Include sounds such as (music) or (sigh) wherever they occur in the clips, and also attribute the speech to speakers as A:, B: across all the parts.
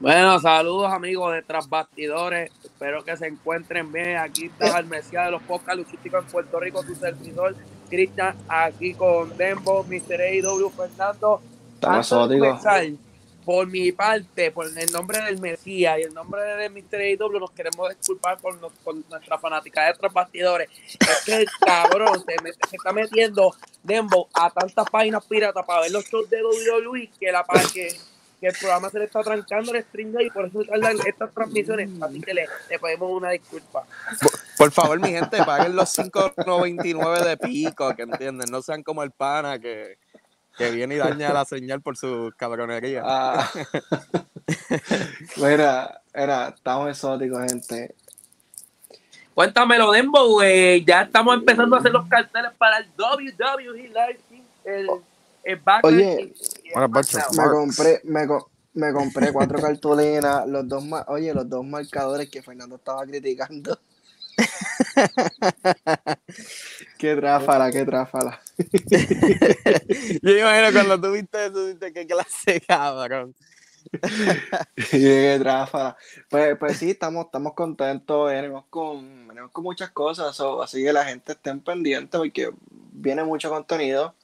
A: Bueno, saludos amigos de Tras Bastidores. Espero que se encuentren bien. Aquí está el Mesías de los podcasts luchísticos en Puerto Rico, su servidor Cristian, aquí con Dembo, Mr. AW Fernando.
B: Estamos
A: Antes de
B: exóticos.
A: empezar, por mi parte, por el nombre del Mesías y el nombre de Mr. AW, nos queremos disculpar por, nos- por nuestra fanática de Tras Bastidores. Es que el cabrón se, me- se está metiendo Dembo a tantas páginas piratas para ver los shows de WWE que la pa- que que el programa se le está trancando el stream y por eso se tardan estas transmisiones. Así que le, le pedimos una disculpa.
C: Por favor, mi gente, paguen los 5.99 de pico, que entienden, no sean como el pana que, que viene y daña la señal por su cabronería.
B: Ah. (laughs) Pues mira, mira, estamos exóticos, gente.
A: Cuéntamelo, Dembo, güey. Ya estamos empezando a hacer los carteles para el WWE Live Team, el, el Backlash
B: Oye.
A: y- y el
C: Buenas noches,
A: SmackDown.
B: Me
C: Marks.
B: compré, me, co- me compré cuatro cartulinas, los dos ma- oye, los dos marcadores que Fernando estaba criticando. qué tráfala, qué tráfala.
C: Yo imagino cuando tú viste eso, dices, qué clase, cabrón.
B: (laughs) Qué tráfala. Pues, pues sí, estamos, estamos contentos, venimos con, venimos con muchas cosas, so, así que la gente estén pendientes porque viene mucho contenido.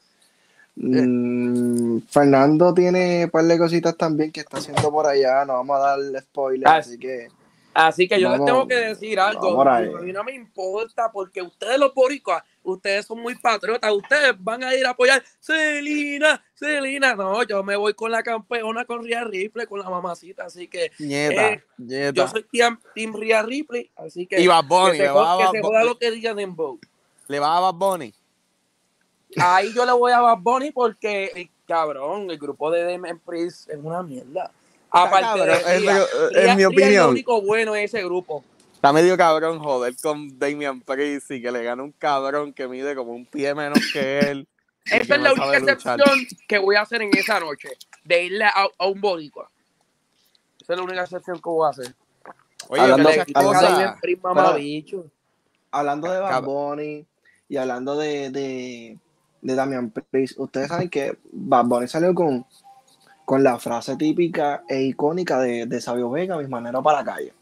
B: Mm, Fernando tiene un par de cositas también que está haciendo por allá, no vamos a dar spoilers,
A: Ah,
B: así que...
A: Así que yo les
B: Vamos,
A: tengo que decir algo.
B: vamos
A: A
B: ahí.
A: mí no me importa porque ustedes los boricuas, ustedes son muy patriotas. Ustedes van a ir a apoyar Celina, Celina. No, yo me voy con la campeona, con Ria Ripley, con la mamacita. Así que
C: Nieta,
A: Eh, Yo
C: nieta.
A: soy Team, team Rhea Ripley, así que,
C: Y Bad
A: que
C: Bunny,
A: se,
C: le va a
A: jo- que
C: Bad
A: se
C: Bu-
A: joda lo que diga Dembow.
C: le va a Bad Bunny.
A: Ahí yo le voy a Bad Bunny porque, eh, cabrón, el grupo de Demen Priest es una mierda. Aparte
C: cabrón,
A: de
C: es
A: Rhea,
C: lo- es
A: Rhea-
C: mi
A: Rhea es lo
C: opinión.
A: único bueno de ese grupo.
C: Está medio cabrón joder con Damian Priest y que le gana un cabrón que mide como un pie menos que él. y que
A: Esa es
C: no
A: la
C: sabe
A: única
C: luchar.
A: excepción que voy a hacer en esa noche, de irle a, a un boricua. Esa es la única excepción que voy a hacer.
C: Oye,
B: Hablando
C: que
B: de
C: la
B: Bad
A: Acá
C: cosa-
A: Damien Priest, mamabicho.
B: hablando de Bad
C: Cab-
B: Bunny y hablando de, de, de Damian Priest, ustedes saben que Bad Bunny salió con, con la frase típica e icónica de, de Sabio Vega, mis maneras para la calle.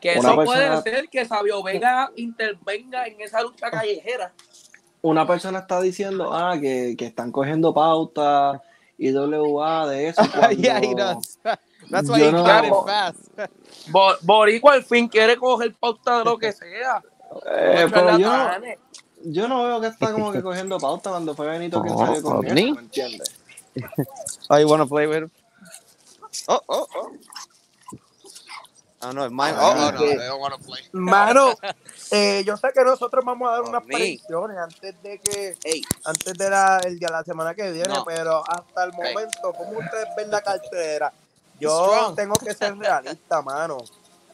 A: Que
B: Una
A: eso
B: persona-
A: puede ser que Sabio Vega intervenga en esa lucha callejera.
C: (laughs)
B: Una persona está diciendo ah, que, que están cogiendo pauta y WA
C: (laughs)
B: de eso. cuando-
C: Yeah, he does. That's why
B: Yo
C: he
B: no-
C: got it fast.
A: Bo- Boricua al fin quiere coger pauta de lo que sea.
B: Eh,
A: Los
B: pero yo, no-
A: charlatanes.
B: yo no veo que está como que cogiendo pauta cuando fue Benito quien
C: No,
B: salió con eso, ¿me
C: ni.
B: entiendes?
C: Oh, you wanna play with him? Oh, oh, oh. I don't know if mine. Oh, oh no,
B: Okay.
C: I don't wanna play. (laughs)
A: Mano, eh, yo sé que nosotros vamos a dar unas
C: Ni.
A: predicciones antes de que
C: Hey,
A: antes de la, el día de la semana que viene,
C: No.
A: pero hasta el momento, ¿cómo ustedes ven la cartelera? Yo
C: Strong.
A: tengo que
C: (laughs)
A: ser realista, mano.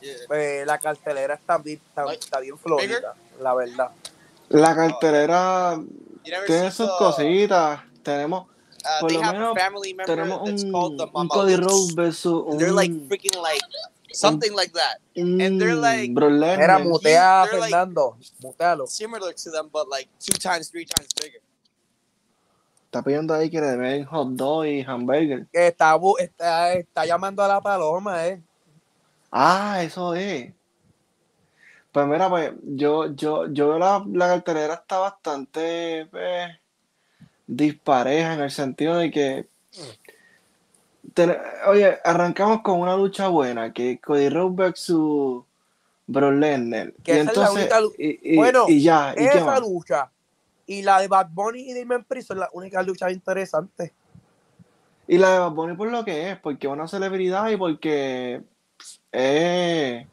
A: Eh, la cartelera está bien, está, está bien florida, la verdad.
B: La carterera
D: You never
B: tiene
D: seen
B: sus
D: the-
B: cositas. Tenemos
D: uh,
B: por
D: they
B: lo
D: have
B: menos
D: a family member
B: tenemos
D: that's
B: un,
D: called the
B: un Cody
D: Mamalotes.
B: Rhodes versus un,
D: They're like freaking like something like that, and they're like-
B: Bro Lesnar.
A: Era mutea a
D: They're like-
A: Fernando, mutealo.
D: similar to them, but like two times, three times bigger.
B: Está pidiendo ahí que le den hot dog y hamburger.
A: Que está, bu- está, está llamando a la paloma, eh.
B: Ah, eso es. Pues mira, pues yo, yo, yo veo la, la cartelera está bastante pues, dispareja en el sentido de que ten- oye, arrancamos con una lucha buena, que Cody Rhodes versus Bro Lesnar.
A: Que
B: y
A: esa es la
B: entonces,
A: única lu-
B: y, y-
A: Bueno,
B: y ya, ¿y qué
A: Esa
B: más?
A: lucha y la de Bad Bunny y Damon Priest son las únicas luchas interesantes.
B: Y la de Bad Bunny por lo que es, porque es una celebridad y porque pues, eh,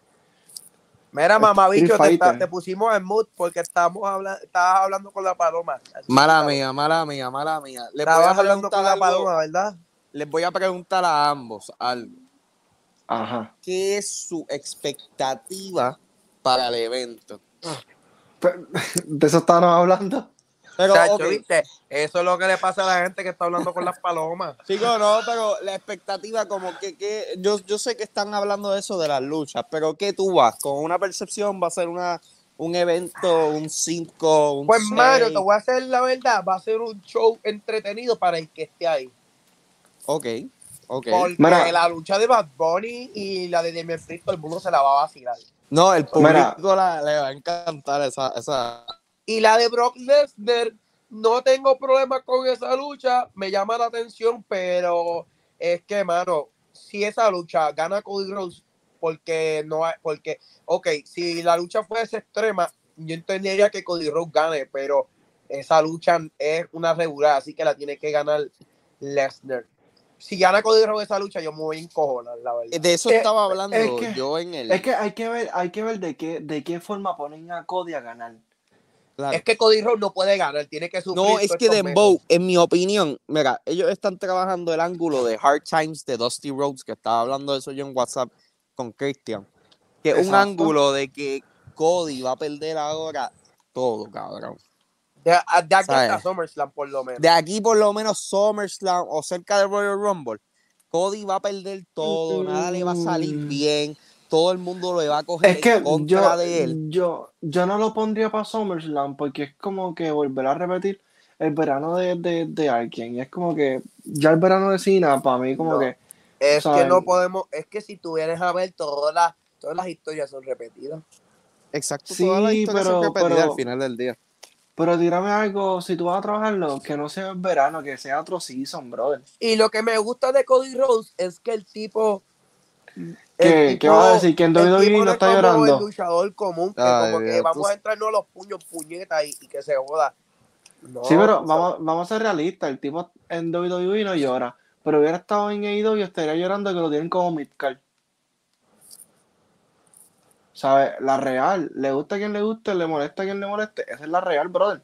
A: Mira, mamabicho,
B: Street
A: te,
B: Fighter.
A: te pusimos en mood porque estábamos habla- estabas hablando con la paloma.
E: Mala mía, mala mía, mala mía. Les voy, a
A: Estabas hablando con
E: preguntar
A: la
E: algo-
A: paloma, ¿verdad?
E: les voy a preguntar a ambos algo.
B: ajá.
E: ¿Qué es su expectativa para el evento?
B: Pero- Pues, (laughs) de eso estábamos hablando.
E: Pero,
A: Chacho,
E: ok,
A: ¿viste? Eso es lo que le pasa a la gente que está hablando con las palomas.
E: Chico, no, pero la expectativa como que, que yo, yo sé que están hablando de eso de las luchas, pero ¿qué tú vas? ¿Con una percepción va a ser una, un evento, un 5, un
A: Pues, Mario,
E: seis?
A: te voy a hacer la verdad. Va a ser un show entretenido para el que esté ahí.
E: Ok, ok.
A: Porque
B: Mira.
A: la lucha de Bad Bunny y la de Damien Priest, todo el mundo se la va a vacilar.
E: No, el
B: Mira.
E: público la- le va a encantar esa... esa...
A: Y la de Brock Lesnar, no tengo problema con esa lucha, me llama la atención, pero es que, mano, si esa lucha gana Cody Rhodes, porque no hay, porque, ok, si la lucha fuese extrema, yo entendería que Cody Rhodes gane, pero esa lucha es una regular, así que la tiene que ganar Lesnar. Si gana Cody Rhodes esa lucha, yo me voy a encojonar, la verdad.
E: De eso
B: Eh,
E: estaba hablando
B: es que-
E: yo en el...
B: Es que hay que ver, hay que ver de qué, de qué forma ponen a Cody a ganar.
E: claro.
A: Es que Cody Rhodes no puede ganar, tiene que sufrir.
E: No, es
A: todos
E: que
A: estos
E: Dembow,
A: meses.
E: en mi opinión, mira, ellos están trabajando el ángulo de Hard Times de Dusty Rhodes, que estaba hablando de eso yo en WhatsApp con Christian, que es un
B: Exacto.
E: ángulo de que Cody va a perder ahora todo, cabrón.
A: De, ah, de aquí hasta
E: ¿Sabes?
A: SummerSlam, por lo menos.
E: De aquí por lo menos SummerSlam o cerca de Royal Rumble, Cody va a perder todo, nada le va a salir
B: Mm.
E: bien, todo el mundo le va a coger
B: Es que
E: en contra
B: yo,
E: de él.
B: yo, yo no lo pondría para SummerSlam porque es como que volver a repetir el verano de, de, de alguien. Y es como que ya el verano de Cena, para mí, como
A: No.
B: que.
A: Es
B: ¿Saben?
A: que no podemos, es que si tú vienes a ver todas las, todas las historias son repetidas.
E: Exacto,
B: Sí,
E: toda la historia se
B: pero-
E: repetida
B: pero-
E: al final del día.
B: Pero tírame algo, si tú vas a trabajarlo, que no sea el verano, que sea otro season, brother.
A: Y lo que me gusta de Cody Rhodes es que el tipo.
B: ¿Qué? ¿Qué vas a decir? ¿Que en
A: el
B: WWE
A: tipo
B: no
A: es
B: está
A: como
B: llorando?
A: El luchador común, que
E: Ay,
A: como que
E: Dios,
A: vamos
E: tú-
A: a entrarnos a los puños, puñetas y, y que se joda. No,
B: sí, pero
A: tú
B: vamos, vamos a ser realistas. El tipo en WWE no llora. Pero hubiera estado en AEW y estaría llorando que lo tienen como midcard. ¿Sabes? La real. Le gusta a quien le guste, le molesta a quien le moleste. Esa es la real, brother.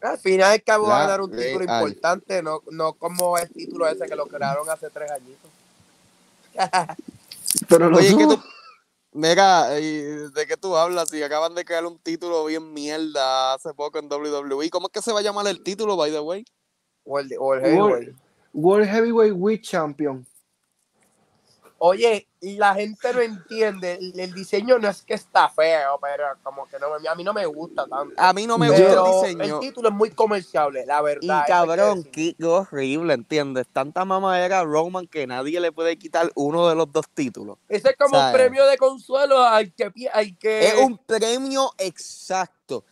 A: sabes. Al final es que vamos a
E: La
A: ganar un título
E: real.
A: importante, no, no como el título ese que lo crearon hace tres añitos.
B: Pero lo
E: Oye, ¿qué
B: subo.
E: tú- Mira, eh, ¿de qué tú hablas? Si acaban de crear un título bien mierda hace poco en WWE. ¿Cómo es que se va a llamar el título, by the way?
A: O el, o el Hayward.
B: World, World Heavyweight Week Champion.
A: Oye, la gente no entiende. El, el diseño no es que está feo, pero como que no me- a mí no me gusta tanto.
E: A mí no me
A: pero
E: gusta el
A: el,
E: diseño.
A: título es muy comerciable, la verdad.
E: Y
A: eso hay que
E: cabrón,
A: decir.
E: qué horrible, ¿entiendes? Tanta mamadera a Roman que nadie le puede quitar uno de los dos títulos.
A: Ese es como un
E: ¿sabes?
A: premio de consuelo al que pi- al que
E: Es un premio exacto.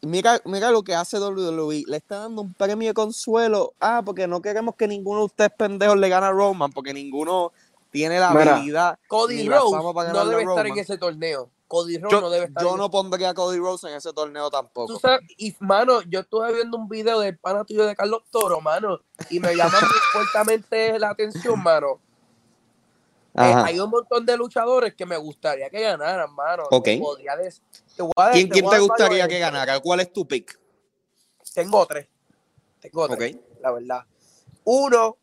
E: Mira, mira lo que hace WWE. Le está dando un premio de consuelo. Ah, porque no queremos que ninguno de ustedes pendejos le gane a Roman, porque ninguno tiene la
B: Mira.
E: habilidad.
A: Cody
E: ni la
A: Rhodes
E: fama para
A: no
E: ganarle a
A: debe estar en
E: Roman.
A: ese torneo. Cody Rhodes
E: Yo,
A: no debe estar
E: yo
A: en
E: no pondría a Cody Rhodes en ese torneo
A: Tú
E: tampoco.
A: sabes, y mano, yo estuve viendo un video del pana tuyo de Carlos Toro, mano, y me llama
E: (laughs)
A: muy fuertemente la atención, mano. Eh,
E: Ajá.
A: hay un montón de luchadores que me gustaría que ganaran, mano.
E: Ok.
A: Te podría des- te voy a dar-
E: ¿Quién,
A: te
E: quién
A: voy a
E: te
A: dar
E: gustaría
A: varios
E: que
A: ejemplos.
E: ganara? ¿Cuál es tu pick?
A: Tengo tres. Tengo tres,
E: Ok.
A: la verdad. Uno,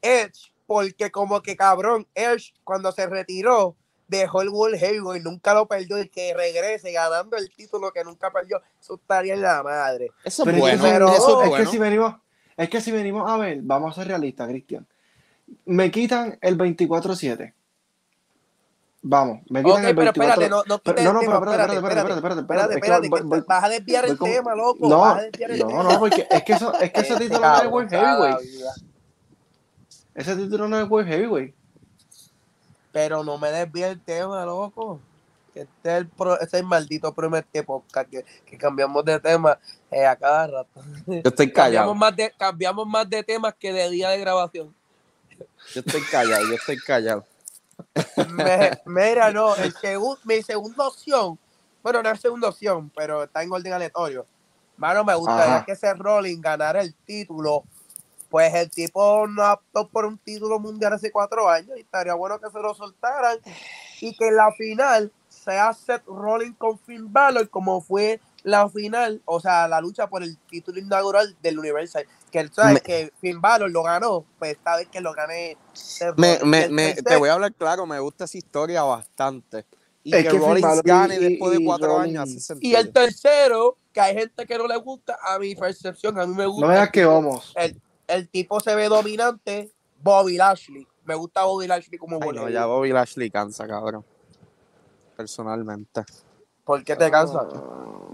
A: Edge, porque como que cabrón, Edge cuando se retiró, dejó el World Heavyweight, nunca lo perdió y que regrese ganando el título que nunca perdió, eso estaría en la madre.
E: Eso
B: Pero
E: es
B: es que
E: bueno.
B: si-
A: pero-
E: eso es
B: es
E: bueno.
B: que si venimos, es que si venimos a ver, vamos a ser realistas, Cristian. Me quitan el 24-7. Vamos, me
A: Ok,
B: quitan el
A: pero
B: 24
A: espérate, no, no,
B: Pero-
A: quites
B: no,
A: el
B: no,
A: tema,
B: pero espérate, espérate, espérate, espérate,
A: espérate,
B: espérate, es que
A: espérate,
B: voy-
A: que
B: voy-
A: vas a desviar
B: voy
A: el
B: con-
A: tema, loco, vas a desviar el
B: No,
A: tema.
B: no, no, porque es que eso, es que ese
A: Este
B: título no es
A: cabrón,
B: World Heavyweight.
A: cada vida.
B: Ese título no es World Heavyweight.
A: Pero no me desvíe el tema, loco. Que Este es el, pro- este es el maldito primer que podcast que, que cambiamos de tema eh, a cada rato.
E: Yo estoy
A: Cambiamos
E: callado.
A: más, de, cambiamos más de temas que de día de grabación.
E: Yo estoy callado, yo estoy callado.
A: Me- mira, no, el segun- mi segunda opción, bueno, no es segunda opción, pero está en orden aleatorio. Mano, me gustaría
B: Ajá.
A: que ese Rolling ganara el título. Pues el tipo no aptó por un título mundial hace cuatro años y estaría bueno que se lo soltaran y que en la final sea Seth Rollins con Finn Balor como fue la final, o sea, la lucha por el título inaugural del Universal. Que él sabe
E: Me-
A: que Finn Balor lo ganó, pues esta vez que lo gané. Seth
E: Me,
A: Rollins.
E: me,
A: El
E: me-
A: tercer-
E: te voy a hablar claro, me gusta esa historia bastante. Y
B: Es
E: que,
B: que Finn
E: Rollins
B: Balor y-
E: gane
B: y-
E: después de
B: y
E: cuatro
B: Rollins-
E: años hace sentido.
A: Y el tercero, que hay gente que no le gusta, a mi percepción, a mí me gusta.
B: No me digas que vamos.
A: El, el tipo se ve dominante, Bobby Lashley. Me gusta Bobby Lashley como
E: Ay,
A: bueno.
E: no, ya Bobby Lashley cansa, cabrón. Personalmente.
A: ¿Por qué te cansas?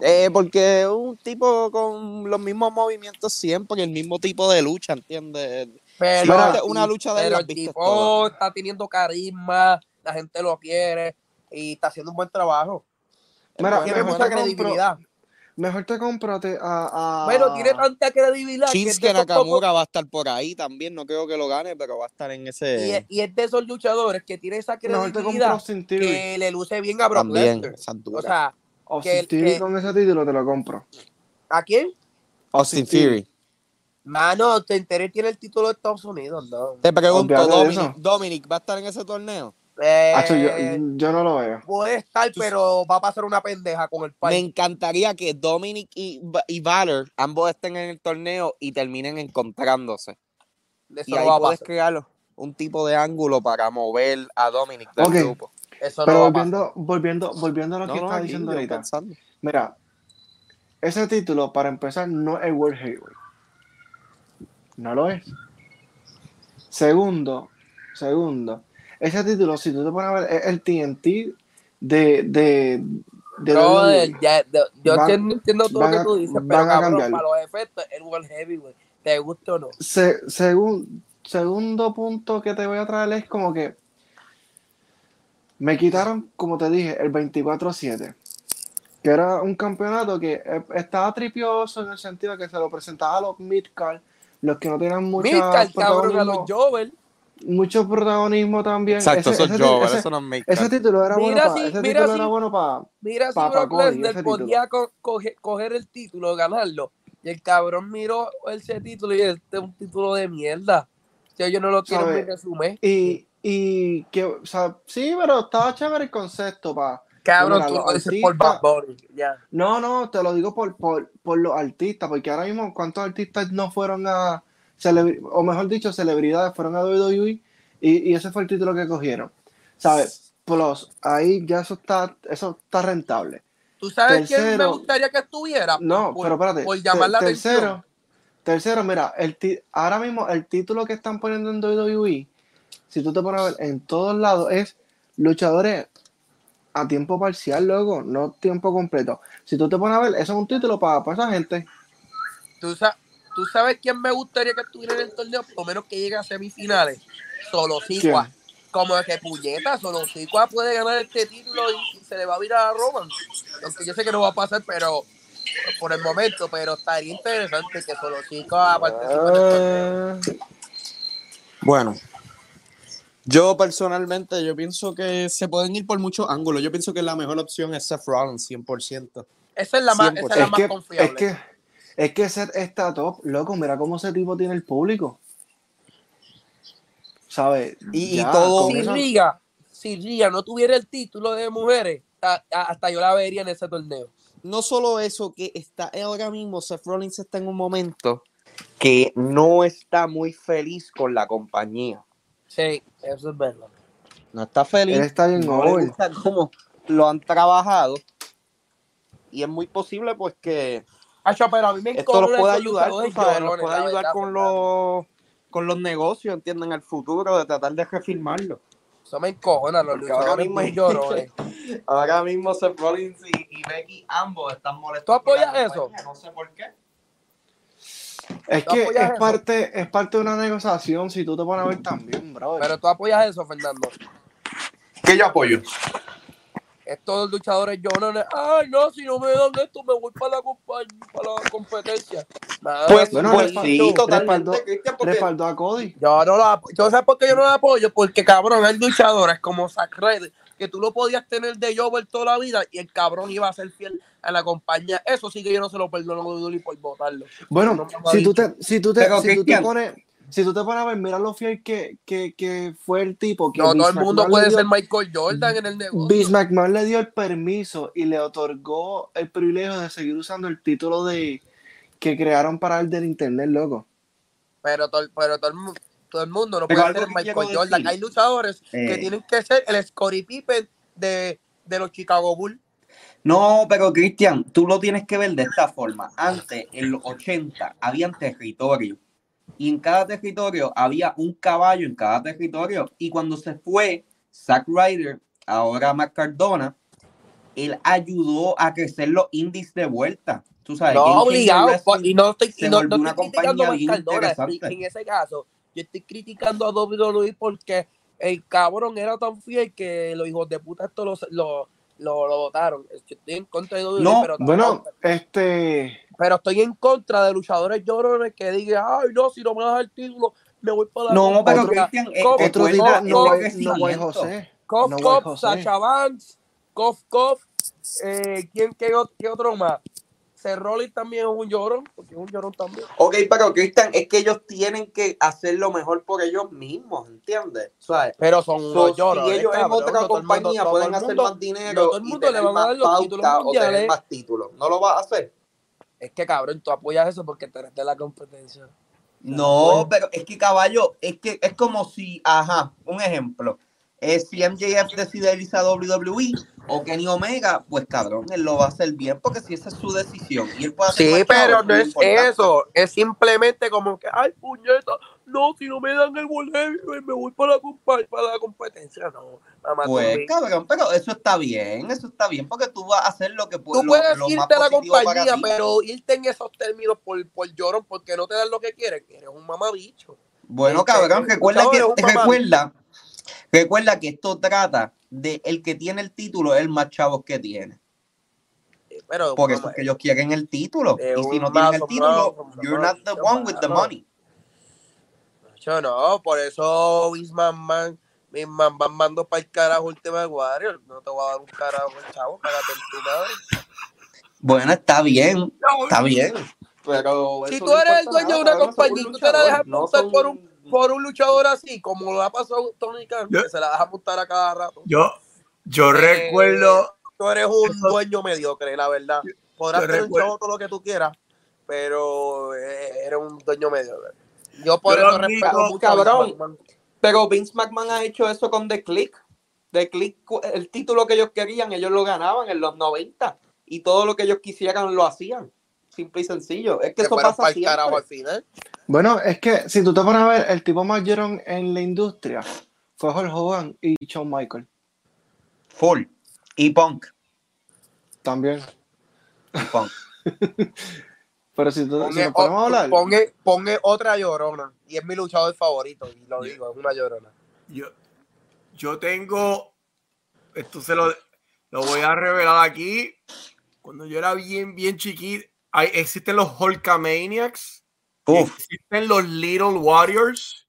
E: Eh, porque es un tipo con los mismos movimientos siempre, el mismo tipo de lucha, ¿entiendes?
A: Pero,
E: Si viste una lucha de él,
A: pero
E: la
A: el
E: has visto
A: tipo
E: toda.
A: está teniendo carisma, la gente lo quiere y está haciendo un buen trabajo.
B: Mira,
A: tiene
B: mejor
A: mucha
B: te compro-
A: credibilidad.
B: Mejor te cómprate a. a-
A: Bueno, tiene tanta credibilidad que es de
E: Ah. Shinsuke
A: esos pocos-
E: Nakamura va a estar por ahí también, no creo que lo gane, pero va a estar en
A: y, es,
E: ese...
A: y es de esos luchadores que tiene esa
B: Mejor te compro
A: credibilidad
B: Austin Theory.
A: que le luce bien a Brock
E: También,
A: Lesnar.
E: esa es dura.
A: O sea, que-
B: Austin Theory
A: que-
B: con ese título te lo compro.
A: ¿a quién?
E: Austin Theory.
A: Mano, te enteré tiene el título de Estados Unidos, ¿no?
E: Te pregunto,
B: Olvídate de
E: Dominic,
B: eso.
E: Dominic, ¿va a estar en ese torneo?
A: Eh,
B: Hacho, Ah, yo, yo no lo veo.
A: Puede estar, pero va a pasar una pendeja con el
E: Me
A: país.
E: encantaría que Dominic y, Ba- y Valor ambos estén en el torneo y terminen encontrándose.
A: Eso
E: Y
A: no
E: ahí
A: va a
E: puedes
A: pasar.
E: crear un tipo de ángulo para mover a Dominic del
B: Ok.
E: grupo.
A: Eso
B: Pero
A: no va a pasar.
B: volviendo, volviendo, volviendo a lo
E: No,
B: que
E: no,
B: estaba
E: aquí
B: diciendo
E: yo
B: ahorita.
E: pensando.
B: Mira, ese título, para empezar, no es World Heavyweight. No lo es. Segundo, segundo, ese título, si tú te pones a ver, es el TNT de. de, de E.
A: Brother,
B: WWE.
A: ya- de- yo
B: Van-
A: entiendo, entiendo todo
B: van
A: lo
B: a-
A: que tú dices,
B: van
A: pero
B: a
A: cabrón,
B: cambiarlo.
A: para los efectos, el World Heavyweight, te gusta o no.
B: Se- segun- segundo punto que te voy a traer es como que. Me quitaron, como te dije, el 24-7. Que era un campeonato que eh, estaba tripioso en el sentido que se lo presentaba a los midcard, los que no tenían mucha
A: Mira, el cabrón a los
B: protagonismo-
A: Jovel.
B: mucho protagonismo también.
E: Exacto,
B: ese,
E: eso
B: ese
E: es
B: ti-
E: Jover,
B: ese-
E: eso no es Make
B: ese título era
A: Mira
B: bueno
A: si-
B: para. Ese
A: mira
B: título
A: si-
B: era bueno para.
A: Mira, si
B: Papá
A: Brock
B: Cody,
A: Lesnar
B: ese título.
A: podía co- coge- coger el título, ganarlo. Y el cabrón miró ese título y este es un título de mierda. O sea, yo no lo quiero en mi
B: ¿Sabe?
A: resumen.
B: Y, y que, o sea, sí, pero estaba chévere el concepto para.
A: Cabrón,
B: Mira,
A: tú
B: los
A: lo dices por Bad
B: artistas-
A: Bunny. Ya.
B: No, no, te lo digo por, por, por los artistas, porque ahora mismo, ¿cuántos artistas no fueron a. celebri- o mejor dicho, celebridades fueron a WWE y, y ese fue el título que cogieron? ¿Sabes? Plus, ahí ya eso está, eso está rentable.
A: ¿Tú sabes quién me
B: Tercero.
A: gustaría que estuviera?
B: No,
A: Por-
B: pero espérate.
A: por llamar
B: Te-
A: la
B: tercero,
A: atención.
B: Tercero, mira, el ti- ahora mismo el título que están poniendo en WWE, si tú te pones a ver en todos lados, es luchadores a tiempo parcial, luego, no tiempo completo. Si tú te pones a ver, eso es un título para, para esa gente.
A: ¿Tú, sa- tú sabes quién me gustaría que estuviera en el torneo? Por lo menos que llegue a semifinales. Solo Sicua. Como que puñeta, Solo Sicua puede ganar este título y, y se le va a virar a Roman. Aunque yo sé que no va a pasar, pero por el momento, pero estaría interesante que Solo Sicua participe en el torneo.
E: Ah. Bueno, yo personalmente, yo pienso que se pueden ir por muchos ángulos. Yo pienso que la mejor opción es Seth Rollins, 100%.
B: Ah,
A: Esa es la más, esa es la
B: es,
A: más
B: que,
A: confiable.
B: es que es que Seth está top, loco, mira cómo ese tipo tiene el público. ¿Sabes?
E: Y- y
B: Ya,
E: todo-
B: con
A: si
B: eso-
A: Riga, si Riga no tuviera el título de mujeres, a- a- hasta yo la vería en ese torneo.
E: No solo eso, que está ahora mismo, Seth Rollins está en un momento que no está muy feliz con la compañía.
A: Sí, eso es verdad.
E: No está feliz.
B: él está bien
E: no le
B: over.
E: gusta cómo lo han trabajado. Y es muy posible pues que
A: Acho, Ah, pero a mí me
E: esto los
A: encojona
E: puede
A: esos
E: ayudar,
A: luchadores
E: tú sabes, los
A: llorones,
E: puede
A: la
E: ayudar
A: verdad,
E: con
A: Fernando.
E: los con los negocios, entienden, al futuro, de tratar de refirmarlo.
A: Eso me encojona, los
E: Porque ahora
A: luchadores
E: mismo-
A: muy
E: (laughs)
A: llorones.
E: Ahora mismo Seth Rollins y, y Becky ambos están molestos.
A: ¿Tú apoyas
E: con la compañía,
A: eso?
E: No sé por qué.
B: Es
A: ¿Tú
B: que
A: apoyas
B: es
A: eso?
B: parte, es parte de una negociación, si tú te pones a ver también, bro.
A: Pero tú apoyas eso, Fernando.
E: Que yo apoyo.
A: estos luchadores lloran, ay no, si no me dan esto me voy para la, compa- para la competencia. Nada,
C: Pues,
B: Bueno,
C: pues
B: respaldó-
C: sí, totalmente,
B: respaldó-
C: Cristian, porque
B: Respaldó a Cody.
A: Yo no lo apoyo. ¿Tú sabes por qué yo no lo apoyo? Porque, cabrón, hay luchadores como Zack Ryder, que tú lo podías tener de Jover toda la vida y el cabrón iba a ser fiel a la compañía. Eso sí que yo no se lo perdono a Dudley por votarlo.
B: Bueno,
A: No me lo ha
B: si, tú te, si tú te,
C: Pero,
B: si tú te
C: Cristian.
B: pones. Si tú te pones a ver, mira lo fiel que, que, que fue el tipo. Que
A: No, todo
B: Vince
A: el mundo
B: McMahon le
A: puede
B: dio-
A: ser Michael Jordan en el
B: Vince
A: negocio.
B: McMahon le dio el permiso y le otorgó el privilegio de seguir usando el título de que crearon para el del internet, loco.
A: Pero, todo, el- pero todo, el, mu- todo el mundo no
E: Pero
A: puede
E: algo
A: ser
E: que
A: Michael
E: quiero
A: Jordan.
E: decir.
A: Hay luchadores que
E: Eh.
A: tienen que ser el Scottie Pippen de, de los Chicago Bulls.
E: No, pero Cristian, tú lo tienes que ver de esta forma. Antes, en los 80, habían territorios. Y en cada territorio había un caballo en cada territorio. Y cuando se fue Zack Ryder, ahora Matt Cardona, él ayudó a crecer los indies de vuelta. Tú sabes, Game
A: No,
E: Changer
A: obligado. pues,
E: Wrestling-
A: pa- Y no estoy,
E: se
A: y no,
E: volvió
A: no
E: una
A: estoy criticando a
E: compañía bien
A: Cardona. estoy-
E: interesante.
A: En ese caso, yo estoy criticando a WWE porque el cabrón era tan fiel que los hijos de puta esto lo, lo, lo, lo votaron. Yo estoy en contra de WWE,
E: No,
A: pero,
B: Bueno, este.
A: pero estoy en contra de luchadores llorones que digan, ay, no, si no me das el título, me voy para la
E: No, pero
A: otra".
E: Cristian, eh,
A: ¿Cómo?
E: que
B: Otro
E: fue-
A: Pues, no, no,
B: día, no, hay- no, hay
E: crecimiento.
B: José.
A: Cof,
B: No voy,
A: Cof,
B: José.
A: Sacha Vance, Cof, Cof, eh, ¿quién, qué, o- qué otro más? Cerroli también es un llorón, porque es un llorón también.
E: Ok, pero Cristian, es que ellos tienen que hacer lo mejor por ellos mismos, ¿entiendes? O sea,
A: Pero son
E: so,
A: unos
E: si
A: llorones,
E: ellos en
A: cabrón,
E: otra
A: no todo el mundo-
E: compañía
A: todo
E: pueden
A: el
E: hacer
A: mundo-
E: más
A: no
E: dinero
A: todo el
E: y
A: mundo le
E: tener
A: van a dar
E: más
A: los títulos
E: pauta o tener
A: mundiales.
E: más títulos. ¿No lo vas a hacer?
A: Es que cabrón, tú apoyas eso porque te eres de la competencia.
E: No, pero es que caballo, es que es como si, ajá, un ejemplo. eh, si MJF decide irse a WWE o Kenny Omega, pues cabrón, él lo va a hacer bien porque si esa es su decisión. Y él puede hacer
A: Sí,
E: más
A: pero
E: chavos,
A: no
E: pues, lo
A: es
E: importante.
A: eso. Es simplemente como que, ay, puñeta, no, si no me dan el boleto, eh, me voy para la, compa- para la competencia. No, mamá, tú
E: Pues
A: ves.
E: cabrón, pero eso está bien, eso está bien porque tú vas a hacer lo que
A: Tú
E: pues, lo-
A: puedes
E: lo más
A: irte a la
E: positivo para
A: compañía,
E: ti.
A: pero irte en esos términos por, por llorón, porque no te dan lo que quieres. Eres un mamabicho.
E: Bueno,
A: Este,
E: cabrón,
A: el
E: recuerda
A: luchador
E: que,
A: es un mamá.
E: recuerda, recuerda que esto trata de el que tiene el título es el más chavo que tiene.
A: Eh, Pero,
E: Porque eso
A: mamá,
E: es que ellos quieren el título.
A: Eh,
E: y si
A: un
E: no tienen
A: mazo,
E: el título,
A: mazo,
E: you're
A: mazo,
E: not the one with the
A: mazo.
E: money.
A: Yo no, por eso Bisman Man, Bisman Man mandó para el carajo el tema de Warrior. No te voy a dar un carajo, chavo, cágate en tu
E: (laughs)
A: madre.
E: Bueno, está bien, está bien. Pero
A: Si
E: eso
A: tú
E: no
A: eres el
E: importa
A: dueño de
E: nada,
A: una
E: cabrón, son
A: compañía y tú te la dejas
E: luchadores, no
A: montar
E: son-
A: por un, por un luchador así, como lo ha pasado Tony Khan,
F: Yo-
A: que se la deja montar a cada rato.
F: Yo, yo
A: Eh,
F: recuerdo,
A: Tú eres un
F: Eso-
A: dueño mediocre, la verdad. Podrás
F: yo
A: tener un
F: recuerdo-
A: chavo todo lo que tú quieras, pero eh, eres un dueño mediocre. Yo por
F: Yo
A: eso
F: admito-
A: respeto mucho a
D: Cabrón.
A: Vince McMahon.
D: Pero Vince McMahon ha hecho eso con The Click. The Click, cu- el título que ellos querían, ellos lo ganaban en los 90. Y todo lo que ellos quisieran lo hacían. Simple y sencillo. Es que
A: Que
D: eso
A: fueron
D: pasa
A: para el
D: siempre.
A: carajo al final.
B: Bueno, es que si tú te pones a ver, el tipo más llorón en la industria fue Hulk Hogan y Shawn Michael.
E: Full. Y punk.
B: También.
E: Y (laughs) punk.
B: Pero si, tú, si
A: Ponga,
B: nos ponemos a hablar.
A: oh, otra llorona. Y es mi luchador favorito. Y lo digo, es una llorona.
F: yo, yo tengo, esto se lo, lo voy a revelar aquí. Cuando yo era bien, bien chiquito, hay, existen los Hulkamaniacs,
E: Uf,
F: existen los Little Warriors.